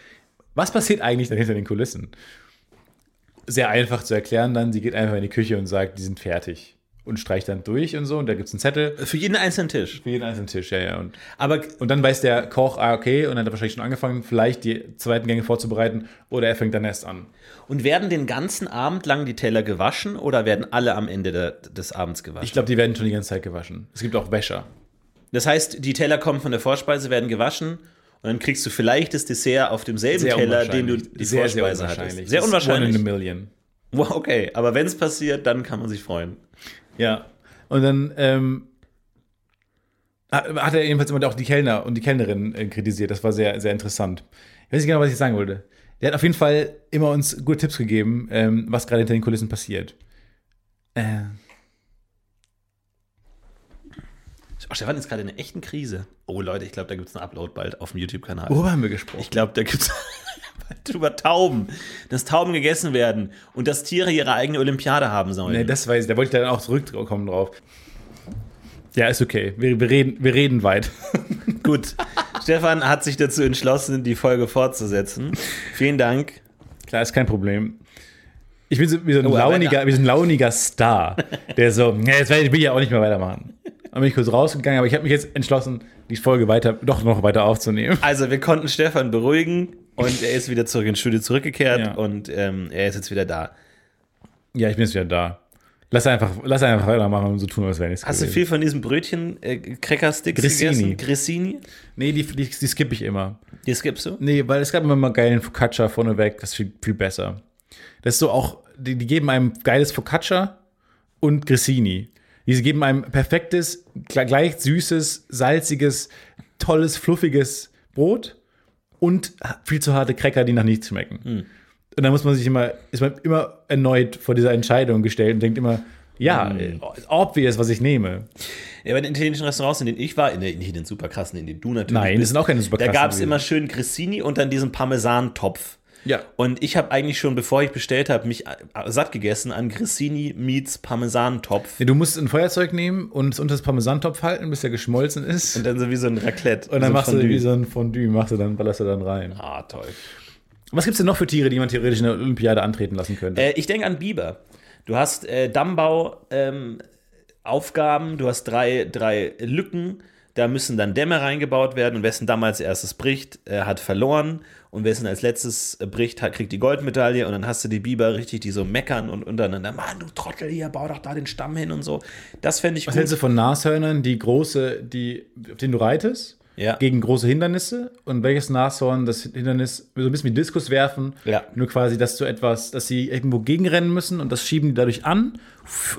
Was passiert eigentlich dann hinter den Kulissen? sehr einfach zu erklären dann. Sie geht einfach in die Küche und sagt, die sind fertig. Und streicht dann durch und so. Und da gibt es einen Zettel
Für jeden einzelnen Tisch.
für jeden einzelnen Tisch. Ja, ja. Und,
Aber
und dann weiß der Koch, ah, okay. Und dann hat er wahrscheinlich schon angefangen, vielleicht die zweiten Gänge vorzubereiten. Oder er fängt dann erst an.
Und werden den ganzen Abend lang die Teller gewaschen oder werden alle am Ende der, des Abends gewaschen?
Ich glaube, die werden schon die ganze Zeit gewaschen. Es gibt auch Wäscher.
das heißt, die Teller kommen von der Vorspeise, werden gewaschen und dann kriegst du vielleicht das Dessert auf demselben Teller, den du die
sehr, sehr
Vorspeise
unwahrscheinlich.
hattest. Sehr
Das ist One in a
unwahrscheinlich.
million.
Wow, okay, aber wenn es passiert, dann kann man sich freuen.
Ja. Und dann ähm, hat hat er jedenfalls immer auch die Kellner und die Kellnerin äh, kritisiert. Das war sehr, sehr interessant. Ich weiß nicht genau, was ich sagen wollte. Der hat auf jeden Fall immer uns gute Tipps gegeben, ähm, was gerade hinter den Kulissen passiert. Äh,
Oh, Stefan ist gerade in einer echten Krise. Oh Leute, ich glaube, da gibt es einen Upload bald auf dem YouTube-Kanal.
worüber haben wir gesprochen?
Ich glaube, da gibt es drüber Tauben, dass Tauben gegessen werden und dass Tiere ihre eigene Olympiade haben sollen.
nee, das weiß ich, da wollte ich dann auch zurückkommen drauf. Ja, ist okay. Wir, wir, reden, wir reden weit.
Gut, Stefan hat sich dazu entschlossen, die Folge fortzusetzen. Vielen Dank.
Klar, ist kein Problem. Ich bin so, wie so ein,
Oh, aber-
launiger, wie so ein launiger Star, der so, "Nee, jetzt werde ich, will ich ja auch nicht mehr weitermachen. Dann bin ich kurz rausgegangen, aber ich habe mich jetzt entschlossen, die Folge weiter, doch noch weiter aufzunehmen.
Also, wir konnten Stefan beruhigen und er ist wieder zurück ins Studio zurückgekehrt
Ja.
und ähm, er ist jetzt wieder da.
Ja, ich bin jetzt wieder da. Lass einfach, lass einfach weitermachen und so tun, als wäre nichts
Hast du
gewesen.
viel von diesem Brötchen, äh, Cracker-Sticks
Grissini.
gegessen? Grissini?
Nee, die, die, die skippe ich immer.
Die skippst du?
Nee, weil es gab immer mal geilen Focaccia vorneweg, das ist viel, viel besser. Das ist so auch, die, die geben einem geiles Focaccia und Grissini. Die geben einem perfektes, gl- gleich süßes, salziges, tolles, fluffiges Brot und viel zu harte Cracker, die nach nichts schmecken. Und da muss man sich immer, ist man immer erneut vor dieser Entscheidung gestellt und denkt immer, ja, äh, obvious, was ich nehme.
Ja, bei den italienischen Restaurants, in denen ich war, in den, nicht in den super krassen, in denen du natürlich
Nein, das
bist,
sind auch keine super
da
krassen
gab es
gewesen.
immer schön Grissini und dann diesen Parmesan-Topf.
Ja.
Und ich habe eigentlich schon, bevor ich bestellt habe, mich äh, satt gegessen an Grissini meets Parmesan-Topf.
Nee, Du musst ein Feuerzeug nehmen und es unter das Parmesantopf halten, bis er geschmolzen ist.
Und dann so wie so ein Raclette.
Und dann
so ein
machst du
Fondue.
wie so ein Fondue, machst du dann, ballerst du dann rein.
Ah, toll.
Was gibt's denn noch für Tiere, die man theoretisch in der Olympiade antreten lassen könnte?
Äh, ich denke an Biber. Du hast äh, Dammbau-Aufgaben, du hast drei, drei Lücken. Da müssen dann Dämme reingebaut werden und wessen Damm als erstes bricht, äh, hat verloren. Und wessen als letztes äh, bricht, hat, kriegt die Goldmedaille. Und dann hast du die Biber richtig, die so meckern und untereinander, Mann, du Trottel hier, bau doch da den Stamm hin und so. Das fände ich
Was hältst
gut.
du von Nashörnern, die große, die, auf denen du reitest,
Ja.
gegen große Hindernisse? Und welches Nashorn das Hindernis so ein bisschen wie Diskus werfen?
Ja.
Nur quasi, dass du etwas, dass sie irgendwo gegenrennen müssen und das schieben die dadurch an.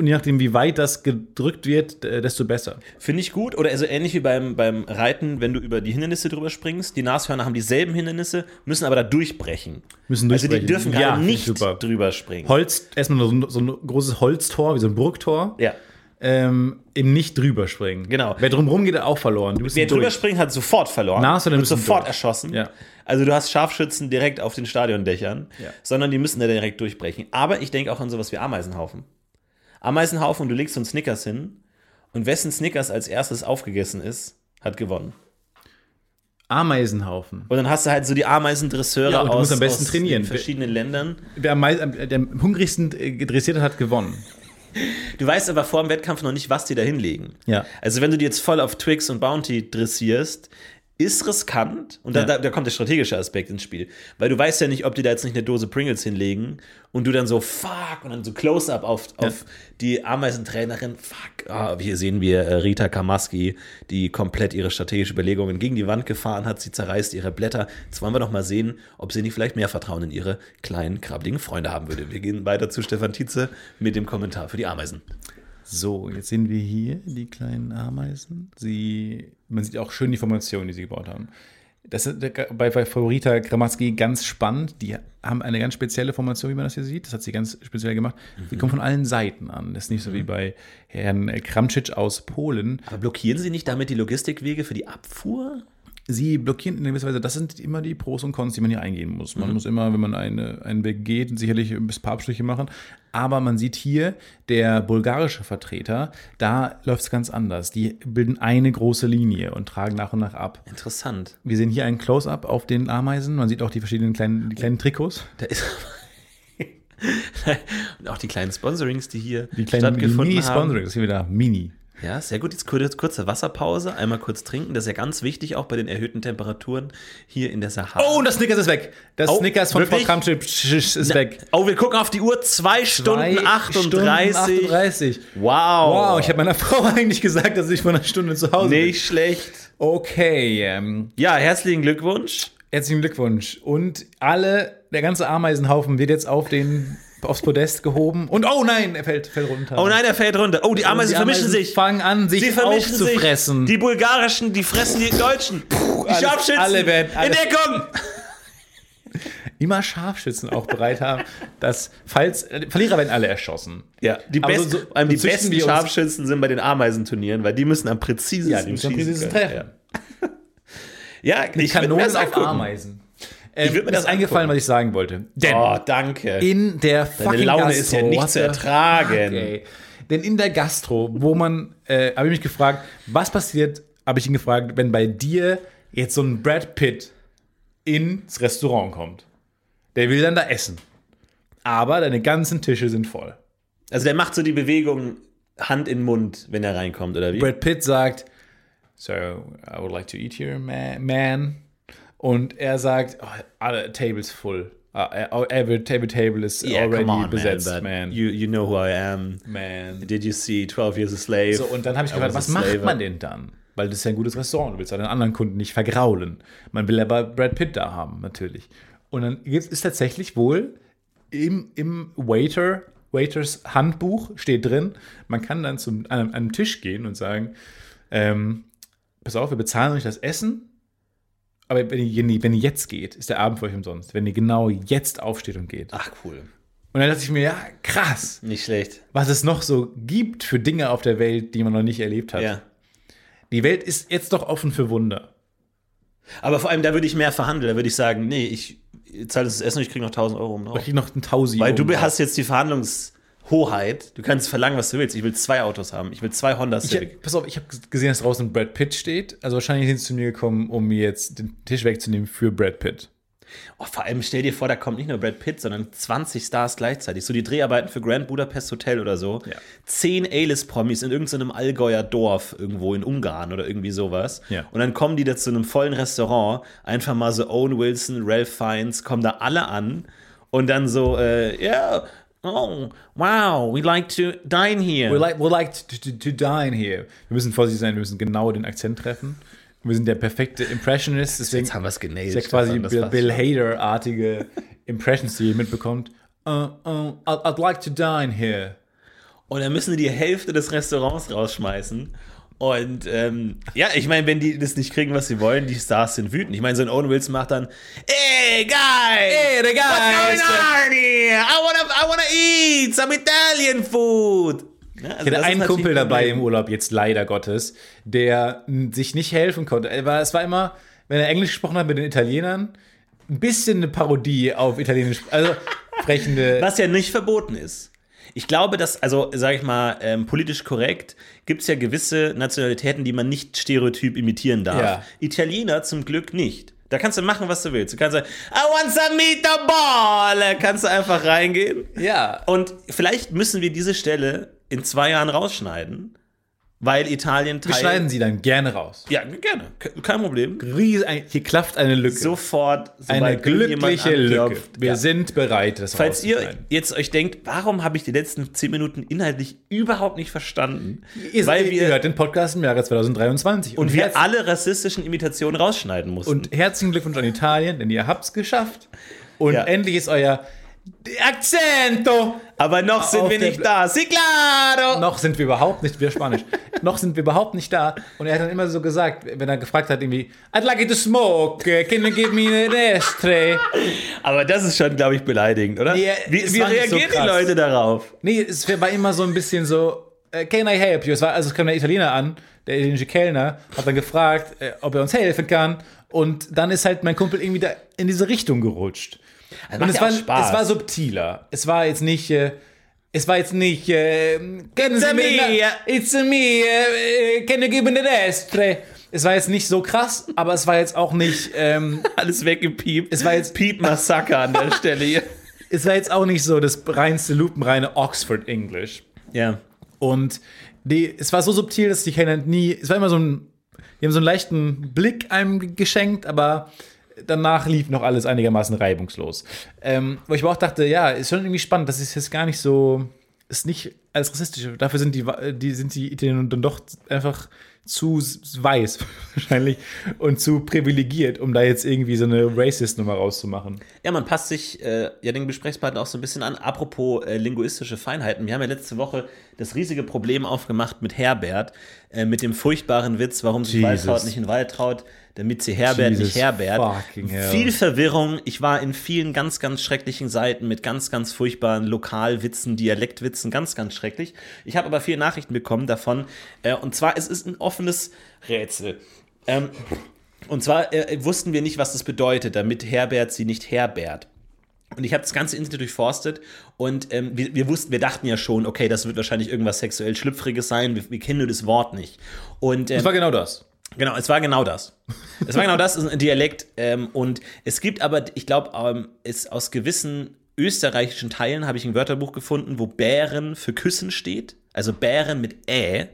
Und je nachdem, wie weit das gedrückt wird, äh, desto besser.
Finde ich gut. Oder also ähnlich wie beim, beim Reiten, wenn du über die Hindernisse drüber springst. Die Nashörner haben dieselben Hindernisse, müssen aber da durchbrechen.
Müssen
Also die
durchbrechen.
dürfen
Ja,
gerade
finde
nicht
ich super.
drüber springen.
Holz, erstmal so ein, so ein großes Holztor, wie so ein Burgtor.
ja.
ähm, eben nicht drüber springen.
Genau.
Wer drum rum geht, hat auch verloren. Du bist
Wer drüber
durch.
springt, hat sofort verloren.
Nashörner
wird
müssen
sofort
durch.
erschossen.
Ja.
Also du hast Scharfschützen direkt auf den Stadiondächern,
Ja.
sondern die müssen da direkt durchbrechen. Aber ich denke auch an sowas wie Ameisenhaufen. Ameisenhaufen und du legst so einen Snickers hin und wessen Snickers als erstes aufgegessen ist, hat gewonnen.
Ameisenhaufen.
Und dann hast du halt so die Ameisendresseure
Ja, und du
aus,
musst am besten
aus
trainieren.
verschiedenen Ländern.
Wer am, mei- am, der am hungrigsten äh, gedressiert hat, hat gewonnen.
Du weißt aber vor dem Wettkampf noch nicht, was die da hinlegen.
Ja.
Also wenn du die jetzt voll auf Twix und Bounty dressierst, ist riskant und da,
Ja.
da, da kommt der strategische Aspekt ins Spiel, weil du weißt ja nicht, ob die da jetzt nicht eine Dose Pringles hinlegen und du dann so fuck und dann so Close-up auf, auf die Ameisentrainerin, fuck. Ah, hier sehen wir äh, Rita Kamaski, die komplett ihre strategischen Überlegungen gegen die Wand gefahren hat, sie zerreißt ihre Blätter. Jetzt wollen wir doch mal sehen, ob sie nicht vielleicht mehr Vertrauen in ihre kleinen, krabbeligen Freunde haben würde. Wir gehen weiter zu Stefan Tietze mit dem Kommentar für die Ameisen.
So, jetzt sehen wir hier die kleinen Ameisen. Sie, man sieht auch schön die Formation, die sie gebaut haben. Das ist bei, bei Favorita Gramatzki ganz spannend. Die haben eine ganz spezielle Formation, wie man das hier sieht. Das hat sie ganz speziell gemacht. Sie kommen von allen Seiten an. Das ist nicht so wie bei Herrn Kramczyk aus Polen.
Aber blockieren sie nicht damit die Logistikwege für die Abfuhr?
Sie blockieren in gewisser Weise, das sind immer die Pros und Cons, die man hier eingehen muss. Man muss immer, wenn man eine, einen Weg geht, sicherlich ein bisschen paar Abstriche machen. Aber man sieht hier, der bulgarische Vertreter, da läuft es ganz anders. Die bilden eine große Linie und tragen nach und nach ab.
Interessant.
Wir sehen hier ein Close-Up auf den Ameisen. Man sieht auch die verschiedenen kleinen, die kleinen Trikots.
Da ist und auch die kleinen Sponsorings, die hier
Die kleinen die
stattgefunden haben.
Mini-Sponsoring, das ist hier wieder Mini.
Ja, sehr gut. Jetzt kurze, kurze Wasserpause, einmal kurz trinken. Das ist ja ganz wichtig, auch bei den erhöhten Temperaturen hier in der Sahara.
Oh, und das Snickers ist weg. Das
Oh,
Snickers von Frau
wirklich?
Kramczyk ist
Na-
weg.
Oh, wir gucken auf die Uhr. 2 Stunden
Drei
38.
Stunden 38.
Wow.
Wow, ich habe meiner Frau eigentlich gesagt, dass ich vor einer Stunde zu Hause bin.
Nicht schlecht.
Okay, ähm,
Ja, herzlichen Glückwunsch.
herzlichen Glückwunsch. Und alle, der ganze Ameisenhaufen wird jetzt auf den, aufs Podest gehoben. Und oh nein, er fällt, fällt runter.
Oh nein, er fällt runter. Oh, die Ameisen
Um Die
vermischen
Ameisen
sich.
fangen an, sich
Sie vermischen sich.
aufzufressen.
Die bulgarischen, die fressen die deutschen. die
alles-
Scharfschützen.
alle werden-
in
alles-
Deckung.
Immer Scharfschützen auch bereit haben, dass, falls, äh, Verlierer werden alle erschossen.
Ja, die,
Aber
besten,
so- so-
vor allem die
so züchten
besten
wir uns-
Scharfschützen sind bei den Ameisenturnieren, weil die müssen am präzisesten
Ja, die müssen am
schießen
präzisesten
können.
treffen.
Ja, ja ich würde mir das angucken.
Ameisen. Ähm,
würd mir
mir
das
das ist eingefallen,
angucken.
was ich sagen wollte. Denn
Oh, danke.
in der fucking
Deine Laune
Gastro,
ist ja nicht
what
zu
the
ertragen.
Ey. Denn in der Gastro, wo man, äh, habe ich mich gefragt, was passiert, habe ich ihn gefragt, wenn bei dir jetzt so ein Brad Pitt ins Restaurant kommt. Der will dann da essen. Aber deine ganzen Tische sind voll.
Also der macht so die Bewegung Hand in Mund, wenn er reinkommt, oder wie?
Brad Pitt sagt, So, I would like to eat here, ma- man. Und er sagt, oh, alle tables full. Uh, every, every table is
Yeah,
already
come on,
besetzt,
man. but
man.
You, you know who I am.
man.
Did you see 12 Years a Slave?
So, und dann habe ich
I
gefragt,
was
was
a
macht
slave.
man denn dann? Weil das ist ja ein gutes Restaurant, du willst ja den anderen Kunden nicht vergraulen. Man will aber Brad Pitt da haben, natürlich. Und dann gibt's- ist tatsächlich wohl im, im Waiter, Waiters Handbuch steht drin, man kann dann zum, an, einem- an einem Tisch gehen und sagen, ähm, pass auf, wir bezahlen euch das Essen, aber wenn ihr, wenn ihr- wenn ihr jetzt geht, ist der Abend für euch umsonst. Wenn ihr genau jetzt aufsteht und geht.
Ach, cool.
Und dann dachte ich mir, ja, krass,
Nicht schlecht.
was es noch so gibt für Dinge auf der Welt, die man noch nicht erlebt hat.
Ja.
Die Welt ist jetzt doch offen für Wunder.
Aber vor allem, da würde ich mehr verhandeln. Da würde ich sagen, nee, ich zahle das Essen und ich kriege noch 1000 Euro um den Auto.
Ich krieg noch einen Tausi.
Weil du
oben drauf.
hast jetzt die Verhandlungshoheit. Du kannst verlangen, was du willst. Ich will zwei Autos haben. Ich will zwei Honda
Ich,
Civic.
hab- pass auf, ich habe gesehen, dass draußen Brad Pitt steht. Also wahrscheinlich sind sie zu mir gekommen, um mir jetzt den Tisch wegzunehmen für Brad Pitt.
Oh, vor allem stell dir vor, da kommt nicht nur Brad Pitt, sondern 20 Stars gleichzeitig. So die Dreharbeiten für Grand Budapest Hotel oder so.
Ja.
Zehn A-List-Promis in irgendeinem Allgäuer Dorf irgendwo in Ungarn oder irgendwie sowas.
Ja.
Und dann kommen die da zu einem vollen Restaurant. Einfach mal so Owen Wilson, Ralph Fiennes, kommen da alle an. Und dann so, äh, ja, oh, wow, we like to dine here.
We like, we like to, to, to dine here. Wir müssen vorsichtig sein, wir müssen genau den Akzent treffen. Wir sind der perfekte Impressionist, deswegen
Jetzt haben wir es genäht.
ist ja quasi
Stefan, das
Bill,
war's
Bill
schon.
Hader-artige Impressions, die ihr mitbekommt. Uh, uh, I'd, I'd like to dine here.
Und dann müssen die die Hälfte des Restaurants rausschmeißen. Und ähm, ja, ich meine, wenn die das nicht kriegen, was sie wollen, die Stars sind wütend. Ich meine, so ein Owen Wilson macht dann, ey, guys! Hey,
the guys!"
What's going on here? I wanna, I wanna eat some Italian food! Ja, also
Ich
das
hatte
ist
einen
natürlich
Kumpel dabei
Problem.
im Urlaub, jetzt leider Gottes, der m, sich nicht helfen konnte. Er war- Es war immer, wenn er Englisch gesprochen hat mit den Italienern, ein bisschen eine Parodie auf Italienisch. Also sprechende.
Was ja nicht verboten ist. Ich glaube, dass, also sage ich mal, ähm, politisch korrekt gibt es ja gewisse Nationalitäten, die man nicht stereotyp imitieren darf.
Ja.
Italiener zum Glück nicht. Da kannst du machen, was du willst. Du kannst sagen, I want some meatball. Kannst du einfach reingehen.
Ja.
Und vielleicht müssen wir diese Stelle in zwei Jahren rausschneiden, Weil Italien
Wir
Teil.
schneiden sie dann gerne raus.
Ja, gerne. Ke- Kein Problem.
Ries, ein- hier klafft eine Lücke.
Sofort.
eine
sobald irgendjemand
glückliche Lücke.
anklopft.
Wir
Ja.
sind bereit, das
Falls ihr
rauszuschneiden.
jetzt euch denkt, warum habe ich die letzten zehn Minuten inhaltlich überhaupt nicht verstanden?
Ihr, eh
weil
ihr
wir
hört den Podcast im Jahre 2023.
und wir
herz-
alle rassistischen Imitationen rausschneiden mussten.
Und herzlichen Glückwunsch an Italien, denn ihr habt's geschafft. Und
Ja.
endlich ist euer Accento.
Aber noch sind
Auf
wir
der
nicht
Bla-
da. Sí, claro!
Noch sind wir überhaupt nicht, wieder Spanisch. noch sind wir überhaupt nicht da. Und er hat dann immer so gesagt, wenn er gefragt hat, irgendwie, I'd like you to smoke, can you give me an ashtray?
Aber das ist schon, glaube ich, beleidigend, oder?
Nee,
wie
es
wie
war nicht so
reagieren die
krass.
Leute darauf?
Nee, es war immer so ein bisschen so, äh, can I help you? Es war, also es kam der Italiener an, der italienische Kellner, hat dann gefragt, äh, ob er uns helfen kann. Und dann ist halt mein Kumpel irgendwie da in diese Richtung gerutscht.
Also macht
Und es
ja
war,
auch Spaß.
es war subtiler. Es war jetzt nicht, äh, es war jetzt nicht, äh, können
It's a
Sie mir-
me, yeah.
it's a me, äh, can you give me the rest? Es war jetzt nicht so krass, aber es war jetzt auch nicht, ähm,
alles weggepiept.
es war jetzt
Piep Massaker an der Stelle hier.
es war jetzt auch nicht so das reinste lupenreine Oxford English.
Ja.
Und die, es war so subtil, dass die Kellner nie, es war immer so ein, die haben so einen leichten Blick einem ge- geschenkt, aber danach lief noch alles einigermaßen reibungslos. Ähm, wo ich aber auch dachte, ja, ist schon irgendwie spannend, das ist jetzt gar nicht so, ist nicht alles rassistisch. Dafür sind die, Wa- die, sind die Italiener dann doch einfach zu s- weiß wahrscheinlich und zu privilegiert, um da jetzt irgendwie so eine Racist-Nummer rauszumachen.
Ja, man passt sich äh, ja den Gesprächspartner auch so ein bisschen an. Apropos äh, linguistische Feinheiten. Wir haben ja letzte Woche das riesige Problem aufgemacht mit Herbert, äh, mit dem furchtbaren Witz, warum sich
Jesus.
Waltraud nicht in Wald traut, damit sie Herbert
Jesus
nicht Herbert.
fucking hell.
Viel Verwirrung. Ich war in vielen ganz, ganz schrecklichen Seiten mit ganz, ganz furchtbaren Lokalwitzen, Dialektwitzen, ganz, ganz schrecklich. Ich habe aber viele Nachrichten bekommen davon. Äh, und zwar, es ist ein offenes Rätsel. Ähm, und zwar äh, wussten wir nicht, was das bedeutet, damit Herbert sie nicht Herbert. Und ich habe das ganze Internet durchforstet und ähm, wir, wir wussten, wir dachten ja schon, okay, das wird wahrscheinlich irgendwas sexuell Schlüpfriges sein, wir, wir kennen nur das Wort nicht. Und ähm,
Das war genau das.
Genau, es war genau das. Es war genau das, es ist ein Dialekt. Ähm, und es gibt aber, ich glaube, ähm, es aus gewissen österreichischen Teilen habe ich ein Wörterbuch gefunden, wo Bären für Küssen steht. Also Bären mit Ä.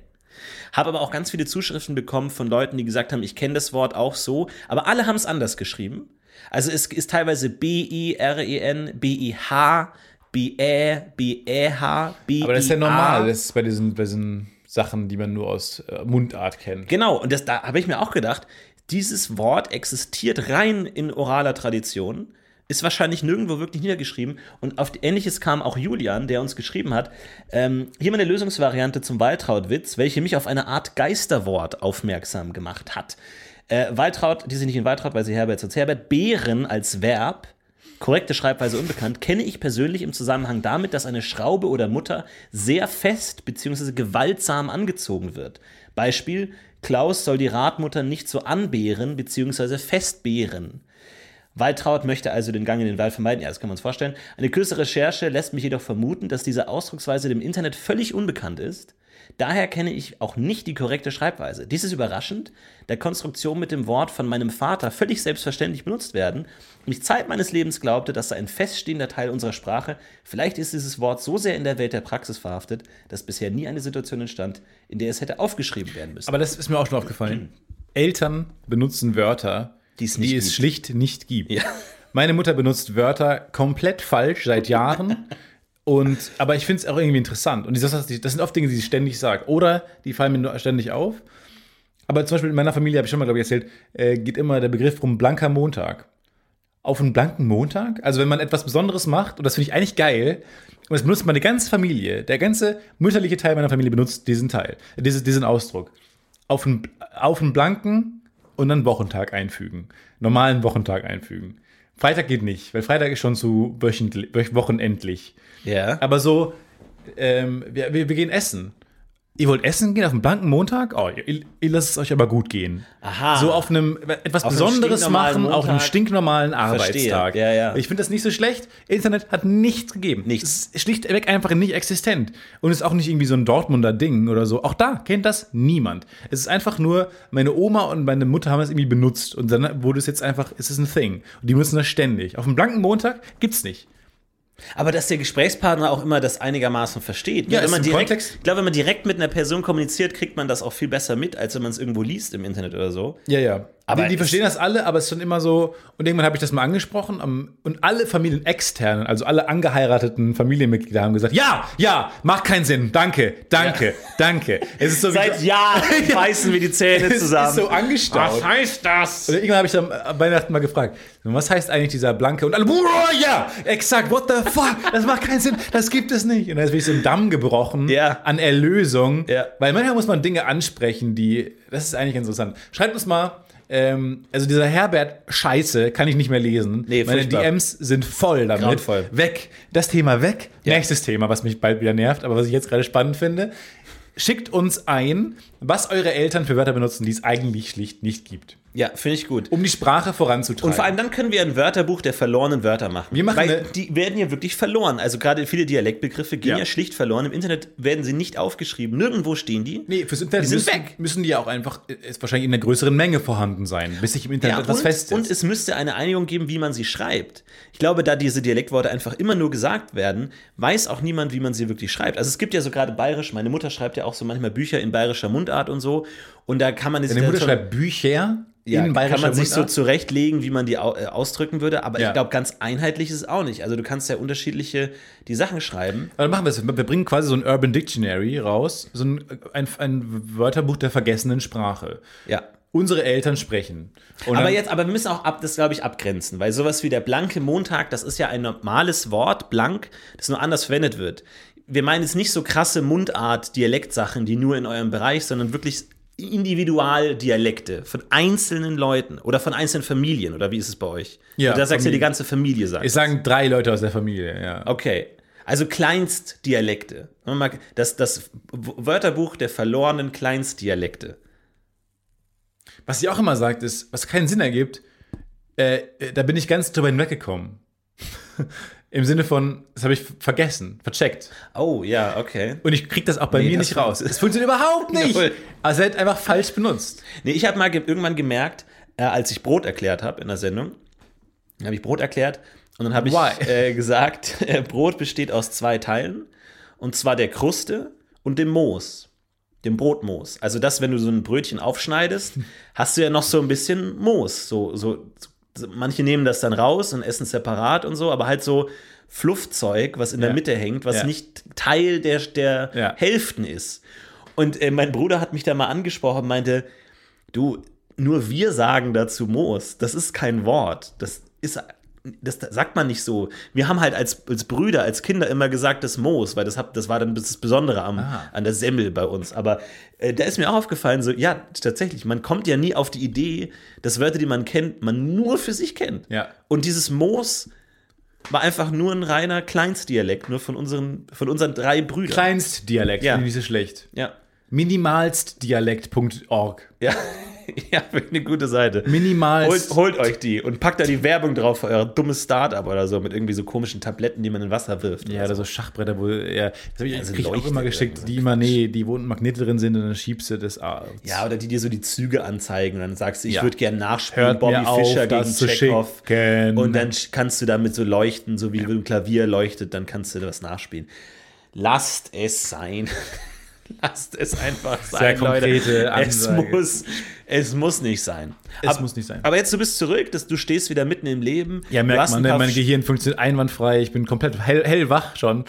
Habe aber auch ganz viele Zuschriften bekommen von Leuten, die gesagt haben, ich kenne das Wort auch so, aber alle haben es anders geschrieben. Also es ist teilweise B-I-R-E-N, B-I-H, B-Ä, B-Ä-H, B-I-A.
Aber das ist ja normal, das ist bei diesen, bei diesen Sachen, die man nur aus äh, Mundart kennt.
Genau, und das, da habe ich mir auch gedacht, dieses Wort existiert rein in oraler Tradition, ist wahrscheinlich nirgendwo wirklich niedergeschrieben. Und auf Ähnliches kam auch Julian, der uns geschrieben hat. Ähm, hier meine Lösungsvariante zum Waltraud-Witz, welche mich auf eine Art Geisterwort aufmerksam gemacht hat. Äh, Waltraud, die sind nicht in Waltraud, weil sie Herbert sonst Herbert, Bären als Verb, korrekte Schreibweise unbekannt, kenne ich persönlich im Zusammenhang damit, dass eine Schraube oder Mutter sehr fest bzw. gewaltsam angezogen wird. Beispiel, Klaus soll die Radmutter nicht so anbehren bzw. festbehren. Waltraud möchte also den Gang in den Wald vermeiden. Ja, das kann man uns vorstellen. Eine kürzere Recherche lässt mich jedoch vermuten, dass diese Ausdrucksweise dem Internet völlig unbekannt ist. Daher kenne ich auch nicht die korrekte Schreibweise. Dies ist überraschend, da Konstruktionen mit dem Wort von meinem Vater völlig selbstverständlich benutzt werden und ich Zeit meines Lebens glaubte, dass sei ein feststehender Teil unserer Sprache. Vielleicht ist dieses Wort so sehr in der Welt der Praxis verhaftet, dass bisher nie eine Situation entstand, in der es hätte aufgeschrieben werden müssen.
Aber das ist mir auch schon aufgefallen. Eltern benutzen Wörter,
Mhm. Die es nicht gibt.
schlicht nicht gibt.
Ja.
Meine Mutter benutzt Wörter komplett falsch seit Jahren. Und, aber ich finde es auch irgendwie interessant. Und das, das sind oft Dinge, die sie ständig sagt. Oder die fallen mir nur ständig auf. Aber zum Beispiel in meiner Familie, habe ich schon mal, glaube ich, erzählt, äh, geht immer der Begriff rum blanker Montag. Auf einen blanken Montag? Also wenn man etwas Besonderes macht, und das finde ich eigentlich geil, und das benutzt meine ganze Familie, der ganze mütterliche Teil meiner Familie benutzt diesen Teil, äh, dieses, diesen Ausdruck. Auf einen, auf einen blanken und dann Wochentag einfügen. Normalen Wochentag einfügen. Freitag geht nicht, weil Freitag ist schon zu wöchentlich, wöch- wochenendlich.
ja.
Aber so, ähm, wir, wir, wir gehen essen. Ihr wollt essen gehen auf einen blanken Montag? Oh, ihr, ihr lasst es euch aber gut gehen.
Aha.
So auf einem etwas
Auf einem
Besonderes
stinknormalen
machen, auf einem
Montag.
stinknormalen
Verstehe.
Arbeitstag.
Ja, ja.
Ich finde das nicht so schlecht. Internet hat nichts gegeben.
Nichts.
Es Ist schlichtweg einfach nicht existent. Und ist auch nicht irgendwie so ein Dortmunder Ding oder so. Auch da kennt das niemand. Es ist einfach nur, meine Oma und meine Mutter haben es irgendwie benutzt. Und dann wurde es jetzt einfach, es ist ein Thing. Und die müssen das ständig. Auf dem blanken Montag gibt's nicht.
Aber dass der Gesprächspartner auch immer das einigermaßen versteht. ne?
Ja,
wenn
ist
man
ein
direkt,
Kontext.
Ich glaube, wenn man direkt mit einer Person kommuniziert, kriegt man das auch viel besser mit, als wenn man es irgendwo liest im Internet oder so.
Ja, ja.
Aber
Aber die, die
es-
verstehen das alle, aber es ist schon immer so. Und irgendwann habe ich das mal angesprochen. am- und alle Familienexternen, also alle angeheirateten Familienmitglieder haben gesagt: Ja, ja, macht keinen Sinn. Danke, danke, danke. Es ist so wie-
Seit Jahren beißen wir die Zähne
Es
zusammen.
ist so angestaut.
heißt das?
Und irgendwann habe ich dann am Weihnachten mal gefragt, was heißt eigentlich dieser blanke? Und alle, "Bruh, ja, exakt, what the fuck, das macht keinen Sinn, das gibt es nicht. Und da ist wirklich so ein Damm gebrochen
Ja.
an Erlösung.
Ja.
Weil manchmal muss man Dinge ansprechen, die, das ist eigentlich interessant. Schreibt uns mal, ähm, also dieser Herbert Scheiße kann ich nicht mehr lesen.
Nee,
Meine
furchtbar.
DMs sind voll damit.
Grauenvoll.
Weg, das Thema weg. Nächstes Thema, was mich bald wieder nervt, aber was ich jetzt gerade spannend finde. Schickt uns ein, was eure Eltern für Wörter benutzen, die es eigentlich schlicht nicht gibt
ja, finde ich gut.
um die Sprache voranzutreiben.
Und vor allem dann können wir ein Wörterbuch der verlorenen Wörter machen.
Wir machen
Weil
eine-
die werden ja wirklich verloren. Also gerade viele Dialektbegriffe gehen ja.
Ja.
schlicht verloren. Im Internet werden sie nicht aufgeschrieben. Nirgendwo stehen die.
Nee, fürs Internet
Die sind
müssen,
weg.
müssen die ja auch einfach äh, ist wahrscheinlich in einer größeren Menge vorhanden sein, bis sich im Internet
Ja,
etwas
und,
fest
und es müsste eine Einigung geben, wie man sie schreibt. Ich glaube, da diese Dialektworte einfach immer nur gesagt werden, weiß auch niemand, wie man sie wirklich schreibt. Also es gibt ja so gerade bayerisch, meine Mutter schreibt ja auch so manchmal Bücher in bayerischer Mundart und so. Und da kann man es
Deine Mutter schreibt Bücher
ja,
in bayerischer
kann man sich
Mundart.
so zurechtlegen, wie man die au äh, ausdrücken würde. Aber
Ja.
ich glaube, ganz einheitlich ist es auch nicht. Also du kannst ja unterschiedliche die Sachen schreiben.
Aber dann machen wir es. Wir bringen quasi so ein Urban Dictionary raus, so ein, ein, ein Wörterbuch der vergessenen Sprache.
Ja.
Unsere Eltern sprechen. Und
Aber
dann-
jetzt, aber wir müssen auch ab, das glaube ich abgrenzen, weil sowas wie der blanke Montag, das ist ja ein normales Wort, blank, das nur anders verwendet wird. Wir meinen jetzt nicht so krasse Mundart, Dialektsachen, die nur in eurem Bereich, sondern wirklich Individualdialekte von einzelnen Leuten oder von einzelnen Familien oder wie ist es bei euch?
Ja,
da sagst du ja die
Familien.
ganze Familie sagt.
Ich sagen drei Leute aus der Familie, ja.
Okay. Also Kleinstdialekte. Man mag- Das, das Wörterbuch der verlorenen Kleinstdialekte.
Was sie auch immer sagt, ist, was keinen Sinn ergibt, äh, äh, da bin ich ganz drüber hinweggekommen. Im Sinne von, das habe ich vergessen, vercheckt.
Oh, ja, okay.
Und ich krieg das auch bei
Nee,
mir
das
nicht raus. Es funktioniert überhaupt nicht.
Null.
Also er hat einfach falsch benutzt.
Nee, ich habe mal ge irgendwann gemerkt, äh, als ich Brot erklärt habe in der Sendung, habe ich Brot erklärt und dann habe ich
Why?
äh, gesagt, äh, Brot besteht aus zwei Teilen und zwar der Kruste und dem Moos, dem Brotmoos. Also das, wenn du so ein Brötchen aufschneidest, hast du ja noch so ein bisschen Moos. So, so, so manche nehmen das dann raus und essen es separat und so, aber halt so Fluffzeug, was in der
Ja.
Mitte hängt, was
Ja.
nicht Teil der, der
Ja.
Hälften ist. Und äh, mein Bruder hat mich da mal angesprochen, meinte, Du, nur wir sagen dazu Moos. Das ist kein Wort. Das ist. Das sagt man nicht so. Wir haben halt als, als Brüder, als Kinder immer gesagt, das Moos, weil das, hab, das war dann das Besondere am,
Ah.
an der Semmel bei uns. Aber äh, da ist mir auch aufgefallen, so, ja, tatsächlich, man kommt ja nie auf die Idee, dass Wörter, die man kennt, man nur für sich kennt.
Ja.
Und dieses Moos war einfach nur ein reiner Kleinstdialekt, nur von unseren, von unseren drei Brüdern.
Kleinstdialekt,
Ja.
finde ich nicht so schlecht.
ja.
Minimalstdialekt.org.
Ja, ja, wirklich eine gute Seite.
Minimalst.
Holt, holt euch die und packt da die Werbung drauf für euer dummes Startup oder so mit irgendwie so komischen Tabletten, die man in Wasser wirft.
Ja, oder so Schachbretter, wo, ja, das habe ich
Also
krieg ich auch
leuchtet
immer
oder
geschickt,
so.
die immer, nee, die wo ein Magnet drin sind und dann schiebst du das ab.
Ja, oder die dir so die Züge anzeigen und dann sagst du, ich
Ja.
würde gerne nachspielen,
Hört
Bobby
mir auf,
Fischer gegen
das zu
Chekhov.
schicken.
Und dann sch- kannst du damit so leuchten, so wie mit dem Klavier leuchtet, dann kannst du das nachspielen. Lasst es sein. Lasst es einfach sein, Leute.
konkrete
Es
Ansage.
muss, es muss nicht sein.
Es muss nicht sein.
Aber jetzt, du bist zurück, dass du stehst wieder mitten im Leben.
Ja,
du
merkt
hast
man,
ein
ne?
paar
mein Gehirn funktioniert einwandfrei, ich bin komplett hell, hellwach schon.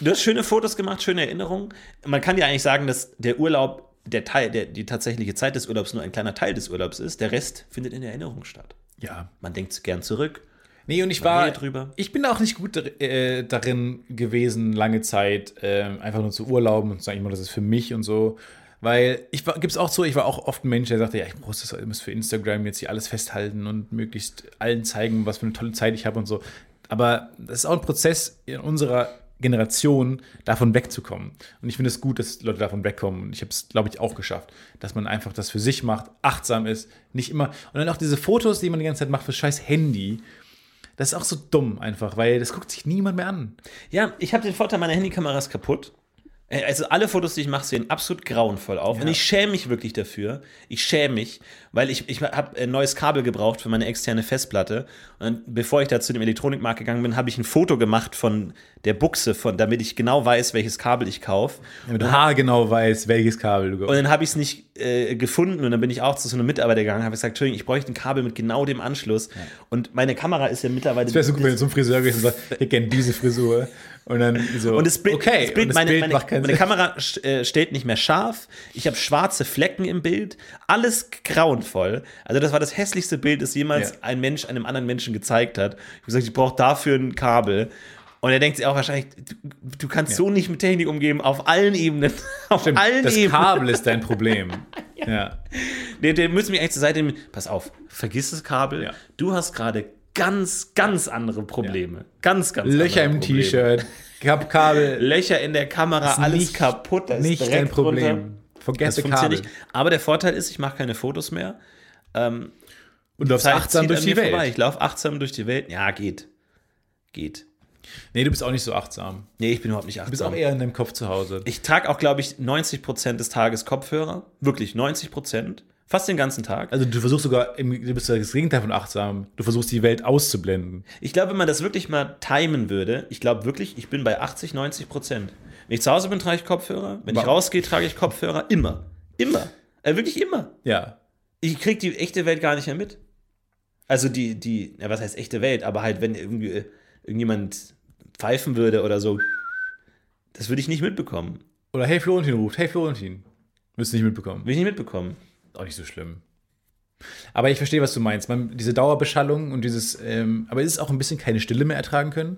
Du hast schöne Fotos gemacht, schöne Erinnerungen. Man kann ja eigentlich sagen, dass der Urlaub, der Teil, der, die tatsächliche Zeit des Urlaubs nur ein kleiner Teil des Urlaubs ist. Der Rest findet in der Erinnerung statt.
Ja.
Man denkt gern zurück.
Nee, und ich
Man
war,
redet drüber.
ich bin auch nicht gut äh, darin gewesen, lange Zeit ähm, einfach nur zu urlauben und zu sagen, ich mache das ist für mich und so. Weil ich war, gibt's auch so, ich war auch oft ein Mensch, der sagte, ja, ich muss das ich muss für Instagram jetzt hier alles festhalten und möglichst allen zeigen, was für eine tolle Zeit ich habe und so. Aber das ist auch ein Prozess in unserer Generation, davon wegzukommen. Und ich finde es gut, dass Leute davon wegkommen. Und ich habe es, glaube ich, auch geschafft, dass man einfach das für sich macht, achtsam ist, nicht immer. Und dann auch diese Fotos, die man die ganze Zeit macht für scheiß Handy. Das ist auch so dumm einfach, weil das guckt sich niemand mehr an.
Ja, ich habe den Vorteil, meine Handykamera ist kaputt. Äh, Also alle Fotos, die ich mache, sehen absolut grauenvoll auf. Und ich schäme mich wirklich dafür. Ich schäme mich, weil ich, ich habe ein neues Kabel gebraucht für meine externe Festplatte. Und dann, bevor ich da zu dem Elektronikmarkt gegangen bin, habe ich ein Foto gemacht von der Buchse, von, damit ich genau weiß, welches Kabel ich kaufe.
Damit du haargenau weißt, welches Kabel du
Und
geholt
dann habe ich es nicht äh, gefunden und dann bin ich auch zu so einem Mitarbeiter gegangen und habe gesagt, Entschuldigung, ich bräuchte ein Kabel mit genau dem Anschluss. Und meine Kamera ist ja mittlerweile...
wäre so gut, wenn du zum Friseur gehst und sagst, ich hätte gerne diese Frisur. Und dann so,
und das Bild,
okay,
das Bild,
und das
meine,
Bild
meine,
macht keinen
meine
Sinn.
Kamera st- äh, steht nicht mehr scharf. Ich habe schwarze Flecken im Bild. Alles grauenvoll. Also das war das hässlichste Bild, das jemals
Ja.
ein Mensch einem anderen Menschen gezeigt hat. Ich habe gesagt, ich brauche dafür ein Kabel. Und er denkt sich auch wahrscheinlich, du, du kannst so nicht mit Technik umgehen, auf allen Ebenen. Auf allen
das
Ebenen.
Kabel ist dein Problem. ja.
Der, der müssen mich eigentlich zur Seite nehmen. Pass auf, vergiss das Kabel.
Ja.
Du hast gerade ganz, ganz andere Probleme. Ganz, ganz
Löcher
andere
im
Probleme.
T-Shirt, Kap- Kabel.
Löcher in der Kamera, alles
nicht-
kaputt. Da ist
nicht
Dreck
dein Problem.
drunter.
Forget
Das
the
funktioniert
Kabel.
nicht. Aber der Vorteil ist, ich mache keine Fotos mehr.
Und läufst
Zeit
achtsam
zieht
durch
an
die
mir
Welt.
vorbei. Ich laufe achtsam durch die Welt. Ja, geht. Geht.
Nee, du bist auch nicht so achtsam.
Nee, ich bin überhaupt nicht
Du bist auch
achtsam.
eher in deinem Kopf zu Hause.
Ich trage auch, glaube ich, 90% des Tages Kopfhörer. Wirklich, 90%. Fast den ganzen Tag.
Also du versuchst sogar, im, du bist ja das Gegenteil von achtsam. Du versuchst die Welt auszublenden.
Ich glaube, wenn man das wirklich mal timen würde, ich glaube wirklich, ich bin bei 80, 90 Prozent. Wenn ich zu Hause bin, trage ich Kopfhörer. Wenn ich
Wow.
rausgehe, trage ich Kopfhörer. Immer. Immer. Äh, wirklich immer.
Ja.
Ich kriege die echte Welt gar nicht mehr mit. Also die, die, ja, was heißt echte Welt, aber halt, wenn irgendwie äh, irgendjemand pfeifen würde oder so, das würde ich nicht mitbekommen.
Oder hey Florentin ruft, hey Florentin. Wirst du nicht mitbekommen.
Will ich nicht mitbekommen.
Auch nicht so schlimm. Aber ich verstehe, was du meinst. Man, diese Dauerbeschallung und dieses, ähm, aber ist es auch ein bisschen keine Stille mehr ertragen können?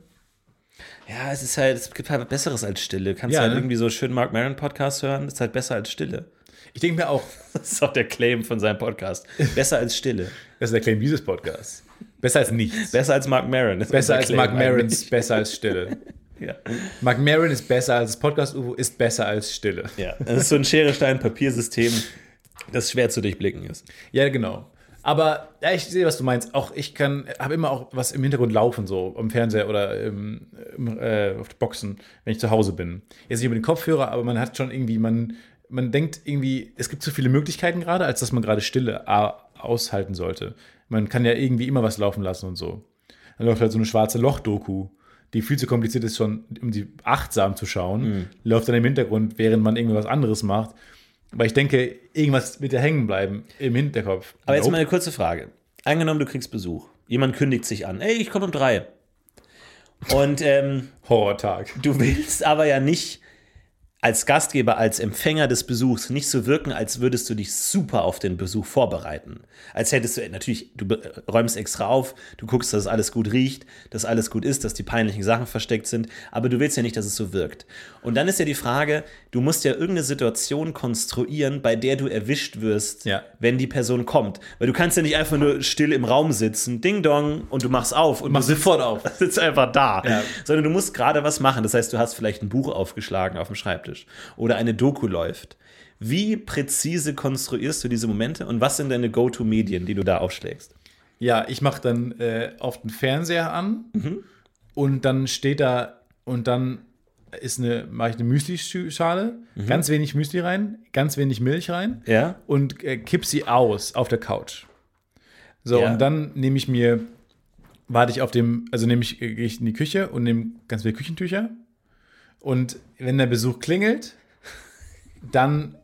Ja, es ist halt, es gibt halt Besseres als Stille. Kannst
Ja,
halt
ne?
irgendwie so schön Mark Maron Podcast hören, ist halt besser als Stille.
Ich denke mir auch,
Das ist auch der Claim von seinem Podcast. Besser als Stille.
das ist der Claim dieses Podcasts. Besser als nichts.
Besser als Mark Maron. ist unser
Besser als
Claim
Mark Marons,
eigentlich.
besser als Stille.
Ja.
Mark Maron ist besser als das Podcast-UFO, ist besser als Stille.
ja, das ist so ein Schere-Stein-Papiersystem, das schwer zu durchblicken ist.
Ja, genau. Aber ja, ich sehe, was du meinst. Auch ich kann, habe immer auch was im Hintergrund laufen, so am Fernseher oder im, im, äh, auf den Boxen, wenn ich zu Hause bin. Jetzt nicht über den Kopfhörer, aber man hat schon irgendwie, man, man denkt irgendwie, es gibt zu viele Möglichkeiten gerade, als dass man gerade Stille a- aushalten sollte. Man kann ja irgendwie immer was laufen lassen und so. Dann läuft halt so eine schwarze Loch-Doku, die viel zu kompliziert ist, schon um die achtsam zu schauen, läuft dann im Hintergrund, während man irgendwas anderes macht. Weil ich denke, irgendwas wird ja hängen bleiben im Hinterkopf.
Aber jetzt
Nope.
mal eine kurze Frage. Angenommen, du kriegst Besuch. Jemand kündigt sich an. Ey, ich komme um drei. Und ähm,
Horrortag.
du willst aber ja nicht als Gastgeber, als Empfänger des Besuchs nicht so wirken, als würdest du dich super auf den Besuch vorbereiten. Als hättest du, äh, natürlich, du be- äh, räumst extra auf, du guckst, dass alles gut riecht, dass alles gut ist, dass die peinlichen Sachen versteckt sind, aber du willst ja nicht, dass es so wirkt. Und dann ist ja die Frage, du musst ja irgendeine Situation konstruieren, bei der du erwischt wirst,
Ja.
wenn die Person kommt. Weil du kannst ja nicht einfach nur still im Raum sitzen, ding dong, und du machst auf und
Mach sofort auf.
sitzt einfach da. Sondern du musst gerade was machen. Das heißt, du hast vielleicht ein Buch aufgeschlagen auf dem Schreibtisch oder eine Doku läuft. Wie präzise konstruierst du diese Momente und was sind deine Go-To-Medien, die du da aufschlägst?
Ja, ich mache dann äh, auf den Fernseher an
Mhm.
und dann steht da und dann ist eine mache ich eine Müsli-Schale, ganz wenig Müsli rein, ganz wenig Milch rein
Mhm. Ja?
und äh, kipp sie aus auf der Couch. So
Ja.
und dann nehme ich mir warte ich auf dem also nehme ich äh, gehe ich in die Küche und nehme ganz viele Küchentücher und wenn der Besuch klingelt, dann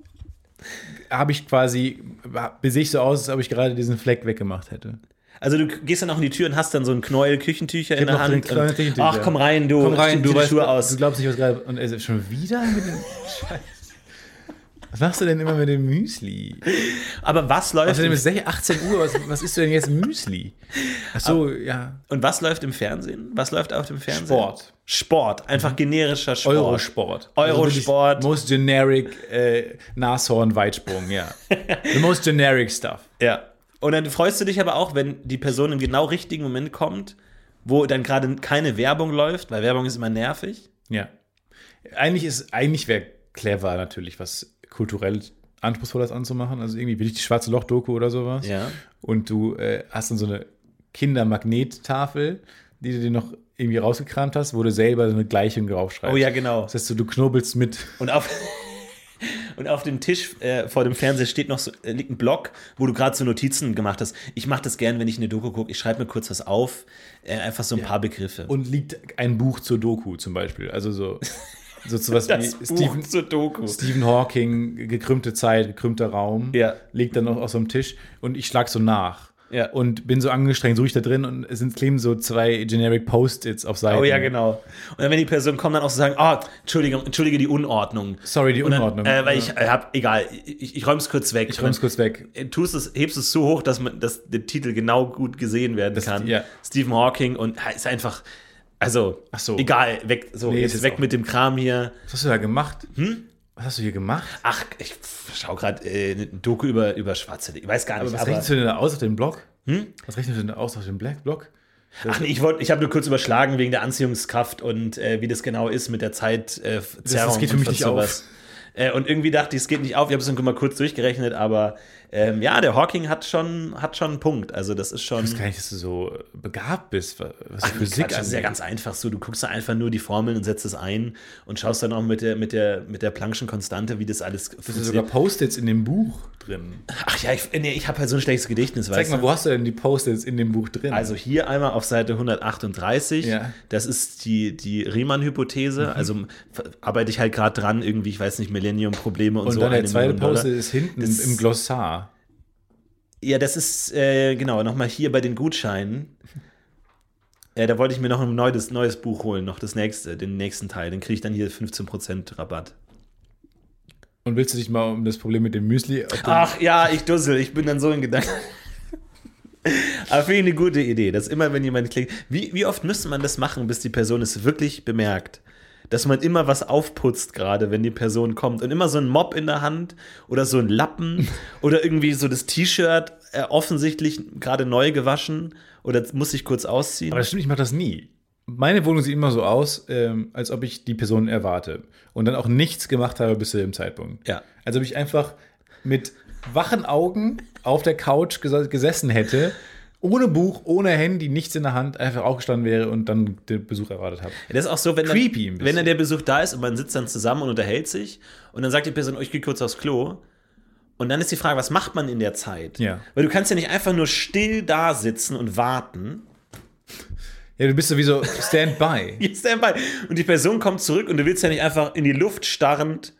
habe ich quasi sehe ich so aus, als ob ich gerade diesen Fleck weggemacht hätte.
Also du gehst dann auch in die Tür und hast dann so ein Knäuel Küchentücher in
Ich
der
hab noch so
Hand.
ein kleines
und,
Küchentücher.
ach, komm rein, du.
Komm rein,
zieh
du
die
weißt,
Schuhe aus.
Du glaubst nicht, was gerade. Und er ist schon wieder mit dem. Scheiß. Was machst du denn immer mit dem Müsli?
Aber was läuft,
Außerdem
im,
ist 16 18 Uhr. Was, was isst du denn jetzt Müsli? Ach so, ja.
und was läuft im Fernsehen? Was läuft auf dem Fernsehen?
Sport.
Sport. Einfach generischer Sport.
Eurosport.
Eurosport.
Also wirklich most generic äh, Nashorn-Weitsprung, ja. The most generic stuff.
Ja. Und dann freust du dich aber auch, wenn die Person im genau richtigen Moment kommt, wo dann gerade keine Werbung läuft, weil Werbung ist immer nervig.
Ja. Eigentlich ist, eigentlich wäre clever natürlich, was kulturell anspruchsvolles anzumachen. Also irgendwie will ich die schwarze Loch-Doku oder sowas.
Ja.
Und du äh, hast dann so eine Kindermagnettafel, die du dir noch irgendwie rausgekramt hast, wo du selber so eine Gleichung draufschreibst.
Oh ja, genau.
Das heißt, du, du knobelst mit.
Und auf, und auf dem Tisch äh, vor dem Fernseher steht noch so, äh, liegt ein Block, wo du gerade so Notizen gemacht hast. Ich mache das gern, wenn ich eine Doku gucke. Ich schreibe mir kurz was auf. Äh, einfach so ein paar Begriffe.
Und liegt ein Buch zur Doku zum Beispiel. Also so, so sowas
das
wie
Buch
Stephen,
zur Doku.
Stephen Hawking, gekrümmte Zeit, gekrümmter Raum,
Ja.
liegt dann noch auf so einem Tisch und ich schlag so nach.
Ja.
Und bin so angestrengt, suche ich da drin und es sind kleben so zwei generic Post-its auf Seiten.
Oh ja, genau. Und dann, wenn die Personen kommen, dann auch so sagen, ah, Entschuldigung, entschuldige die Unordnung.
Sorry, die
Und dann,
Unordnung.
Äh, weil ich äh, hab, egal, ich, ich räume es kurz weg.
Ich räum's kurz weg.
Tust es, hebst es so hoch, dass man, dass der Titel genau gut gesehen werden kann.
ja.
Stephen Hawking und ah, ist einfach, also,
Ach so.
egal, weg, so,
Nee, ist
jetzt
jetzt
weg
auch-
mit dem Kram hier.
Was hast du da gemacht?
Hm?
Was hast du hier gemacht?
Ach, ich schau gerade äh, eine Doku über, über Schwarze. Ich weiß gar
Aber
nicht,
was
aber. Hm?
rechnest du denn da aus auf dem Blog? Was rechnest du denn da aus auf dem Black Blog?
ach nee, ich, wollt- ich habe nur kurz überschlagen wegen der Anziehungskraft und äh, wie das genau ist mit der Zeit. Äh, Verzerrung
das geht für
und
mich nicht
sowas. Äh, und irgendwie dachte ich, es geht nicht auf. Ich habe es dann mal kurz durchgerechnet, aber ähm, ja, der Hawking hat schon, hat schon einen Punkt. Also, das ist schon.
Ich weiß gar nicht, dass du so äh, begabt bist, was
Ach,
Physik
Quatsch, das also ist ja
angeht.
ganz einfach so. Du guckst da einfach nur die Formeln und setzt es ein und schaust dann auch mit der, mit der, mit der Planck'schen Konstante, wie das alles
Das sind sogar
funktioniert.
Post-its in dem Buch drin.
Ach ja, ich, nee, ich habe halt so ein schlechtes Gedächtnis,
Zeig
weißt
mal,
du?
wo hast du denn die Post-its in dem Buch drin?
Also hier einmal auf Seite 138,
Ja. Mhm.
das ist die, die Riemann-Hypothese. Also ver- arbeite ich halt gerade dran, irgendwie, ich weiß nicht, Millennium-Probleme und,
und
so.
dann der
eine
zweite
Million Dollar.
Post-it ist hinten
Das-
im Glossar.
Ja, das ist, äh, genau, nochmal hier bei den Gutscheinen. Äh, da wollte ich mir noch ein neues, neues Buch holen, noch das nächste, den nächsten Teil. Den kriege ich dann hier 15% Rabatt.
Und willst du dich mal um das Problem mit dem Müsli auf den
Ach ja, ich dussel, ich bin dann so in Gedanken. Aber finde ich eine gute Idee, dass immer, wenn jemand klickt, wie, wie oft müsste man das machen, bis die Person es wirklich bemerkt? Dass man immer was aufputzt, gerade wenn die Person kommt. Und immer so ein Mob in der Hand oder so ein Lappen oder irgendwie so das T-Shirt äh, offensichtlich gerade neu gewaschen oder muss ich kurz ausziehen.
Aber das stimmt, ich mache das nie. Meine Wohnung sieht immer so aus, ähm, als ob ich die Person erwarte und dann auch nichts gemacht habe bis zu dem Zeitpunkt.
Ja.
Als ob ich einfach mit wachen Augen auf der Couch ges gesessen hätte, ohne Buch, ohne Handy, nichts in der Hand, einfach aufgestanden wäre und dann den Besuch erwartet habe.
Ja, Das ist auch so, wenn,
Creepy
dann,
ein bisschen.
wenn dann der Besuch da ist und man sitzt dann zusammen und unterhält sich und dann sagt die Person, oh, ich gehe kurz aufs Klo. Und dann ist die Frage, was macht man in der Zeit?
Ja.
Weil du kannst ja nicht einfach nur still da sitzen und warten.
Ja, du bist sowieso Standby.
Jetzt Standby. Und die Person kommt zurück und du willst ja nicht einfach in die Luft starrend.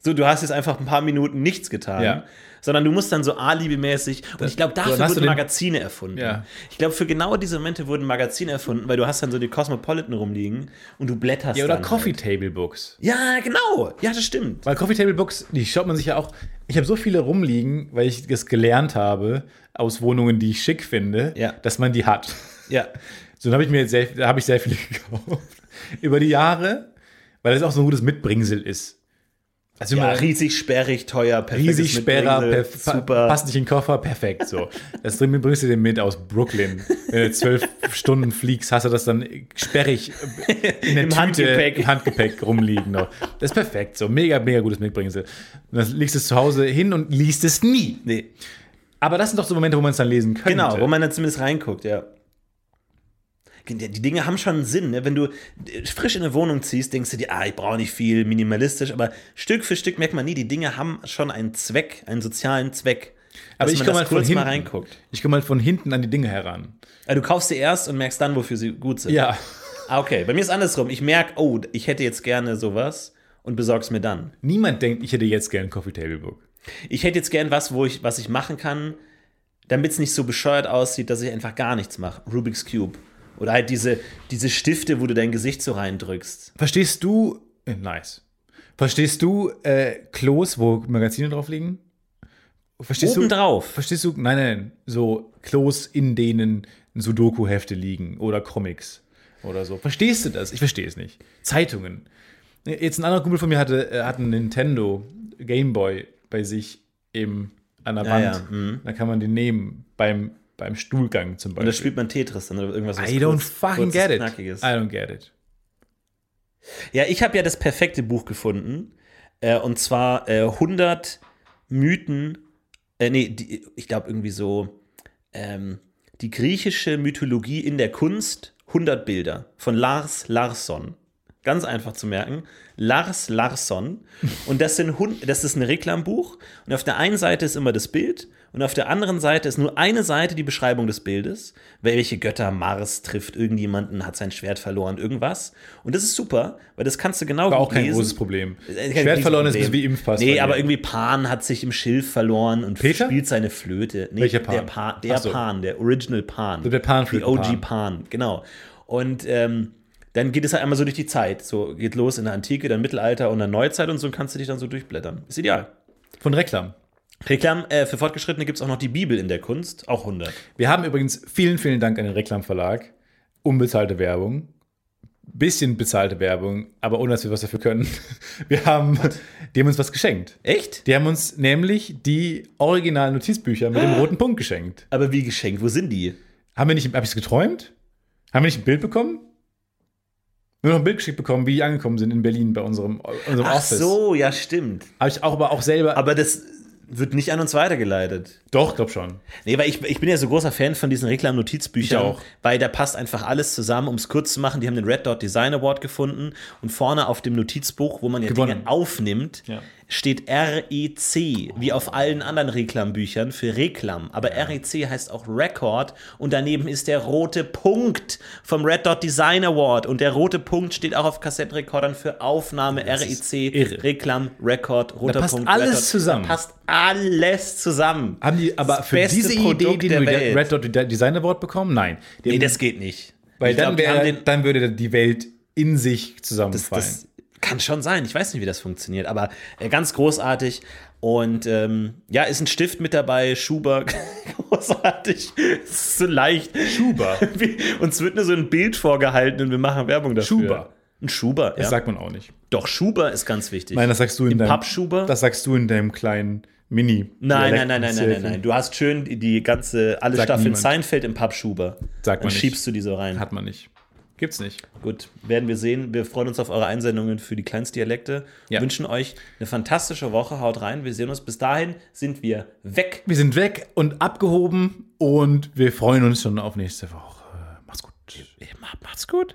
So, du hast jetzt einfach ein paar Minuten nichts getan,
Ja.
sondern du musst dann so alibimäßig. Und ich glaube,
dann
dafür
hast du
wurden
den-
Magazine erfunden.
Ja.
Ich glaube, für genau diese Momente wurden Magazine erfunden, weil du hast dann so die Cosmopolitan rumliegen und du blätterst.
ja, oder
dann halt.
Coffee Table Books.
Ja, genau. Ja, das stimmt.
Weil Coffee Table Books, die schaut man sich ja auch. Ich habe so viele rumliegen, weil ich das gelernt habe aus Wohnungen, die ich schick finde,
Ja.
dass man die hat.
Ja.
So, dann habe ich mir jetzt sehr, da habe ich sehr viele gekauft. Über die Jahre, weil das auch so ein gutes Mitbringsel ist. Also
ja
immer
riesig sperrig, teuer, perfektes
riesig Sperrer,
Mitbringsel,
perf- pa-
super.
passt nicht in den Koffer, perfekt. So. Das drin bringst du dir mit aus Brooklyn. Wenn du zwölf Stunden fliegst, hast du das dann sperrig in der
Im
Tüte,
Handgepäck.
im Handgepäck rumliegen. Noch. Das ist perfekt. So mega, mega gutes Mitbringsel. Und dann legst du es zu Hause hin und liest es nie.
Nee.
Aber das sind doch so Momente, wo man es dann lesen könnte.
Genau, wo man dann zumindest reinguckt, ja. Die die Dinge haben schon einen Sinn. Ne? Wenn du äh, frisch in eine Wohnung ziehst, denkst du dir, ah, ich brauche nicht viel, minimalistisch, aber Stück für Stück merkt man nie, die Dinge haben schon einen Zweck, einen sozialen Zweck.
Aber
dass
ich
man
komme
das
halt von
kurz
hinten.
mal reinguckt.
Ich komme halt von hinten an die Dinge heran.
Also, du kaufst sie erst und merkst dann, wofür sie gut sind.
Ja.
Ah, okay. Bei mir ist andersrum. Ich merke, oh, ich hätte jetzt gerne sowas und besorg's mir dann.
Niemand denkt, ich hätte jetzt gern ein Coffee Table Book.
Ich hätte jetzt gern was, wo ich, was ich machen kann, damit es nicht so bescheuert aussieht, dass ich einfach gar nichts mache. Rubik's Cube. Oder halt diese, diese Stifte, wo du dein Gesicht so reindrückst.
Verstehst du, äh, nice. Verstehst du äh, Klos, wo Magazine drauf liegen? Verstehst du,
Obendrauf.
verstehst du, nein, nein, so Klos, in denen Sudoku-Hefte liegen oder Comics oder so. Verstehst du das? Ich verstehe es nicht. Zeitungen. Jetzt ein anderer Kumpel von mir hatte, äh, hat einen Nintendo Gameboy bei sich im, an der
Ja,
Wand.
ja, mhm.
Da kann man den nehmen beim, beim Stuhlgang zum
Und da
Beispiel.
spielt man Tetris dann oder irgendwas. was
I don't
kurz-
fucking
kurzes,
get it.
knackiges.
I don't get it.
Ja, ich habe ja das perfekte Buch gefunden. Äh, und zwar äh, 100 Mythen. Äh, nee, die, ich glaube irgendwie so ähm, Die griechische Mythologie in der Kunst, 100 Bilder von Lars Larsson. Ganz einfach zu merken. Lars Larsson. Und das, sind, hun- das ist ein Reklambuch. Und auf der einen Seite ist immer das Bild. Und auf der anderen Seite ist nur eine Seite die Beschreibung des Bildes. Welche Götter Mars trifft irgendjemanden, hat sein Schwert verloren, irgendwas. Und das ist super, weil das kannst du genau
War
gut
auch kein
lesen.
großes Problem.
Äh, kein
Schwert verloren ist
Riesenproblem.
bis wie Impfpass. bei
Nee,
mir.
aber irgendwie Pan hat sich im Schilf verloren und
Peter?
spielt seine Flöte. Nee,
Welcher Pan?
Der Pan, der,
Ach so.
Pan, der Original Pan.
Der Pan
Die OG Pan. genau. Und ähm, dann geht es halt einmal so durch die Zeit. So geht los in der Antike, dann Mittelalter und dann Neuzeit und so kannst du dich dann so durchblättern. Ist ideal.
Von Reklam.
Reklam, äh, für Fortgeschrittene gibt es auch noch die Bibel in der Kunst, auch 100.
Wir haben übrigens vielen, vielen Dank an den Reklam Verlag. Unbezahlte Werbung. Bisschen bezahlte Werbung, aber ohne dass wir was dafür können. Wir haben, die haben uns was geschenkt.
Echt?
Die haben uns nämlich die originalen Notizbücher mit dem roten Punkt geschenkt.
Aber wie geschenkt, wo sind die?
Haben wir nicht, hab ich's geträumt? Haben wir nicht ein Bild bekommen? Nur noch ein Bild geschickt bekommen, wie die angekommen sind in Berlin bei unserem, unserem
Ach
Office.
so, ja, stimmt.
Habe ich auch, aber auch selber.
Aber das wird nicht an uns weitergeleitet.
doch, glaub schon.
Nee, weil ich, ich bin ja so großer Fan von diesen Reklam-Notizbüchern,
Ich auch.
weil da passt einfach alles zusammen, um es kurz zu machen. Die haben den Red Dot Design Award gefunden und vorne auf dem Notizbuch, wo man ja
Gewonnen.
Dinge aufnimmt,
Ja.
steht REC, wie auf allen anderen Reklambüchern für Reklam. Aber REC heißt auch Record und daneben ist der rote Punkt vom Red Dot Design Award und der rote Punkt steht auch auf Kassettenrekordern für Aufnahme
ist
REC,
irre.
Reklam, Record, roter
passt
Punkt.
alles
Red Dot.
zusammen.
Da passt alles zusammen.
Haben die aber
Das
für
beste
diese Idee
Produkt
den
der
Red
Welt.
Red Dot De- Design Award bekommen? Nein. Die
Nee,
haben-
das geht nicht.
weil
Ich
dann,
glaub, die haben
wär,
den-
dann würde die Welt in sich
das,
zusammenfallen.
das kann schon sein. Ich weiß nicht, wie das funktioniert, aber äh, ganz großartig. Und ähm, ja, ist ein Stift mit dabei, Schuber, großartig. Es ist so leicht.
Schuber.
Wie- Uns wird nur so ein Bild vorgehalten und wir machen Werbung dafür.
Schuber.
Ein Schuber, ja.
Das sagt man auch nicht.
Doch, Schuber ist ganz wichtig.
Nein, das sagst du in
Im
deinem.
Pappschuber?
Das sagst du in deinem kleinen Mini.
Nein, nein,
Dialekt-
nein, nein, nein, nein, nein. Du hast schön die- die ganze, alle
Sagt
Staffeln
niemand.
Seinfeld im Pappschuber.
Sagt
Dann
man nicht.
schiebst du die so rein.
Hat man nicht. Gibt's nicht.
Gut, werden wir sehen. Wir freuen uns auf eure Einsendungen für die Kleinstdialekte.
Ja.
Wünschen euch eine fantastische Woche. Haut rein. Wir sehen uns. Bis dahin sind wir weg.
Wir sind weg und abgehoben und wir freuen uns schon auf nächste Woche. Macht's gut. Macht's gut.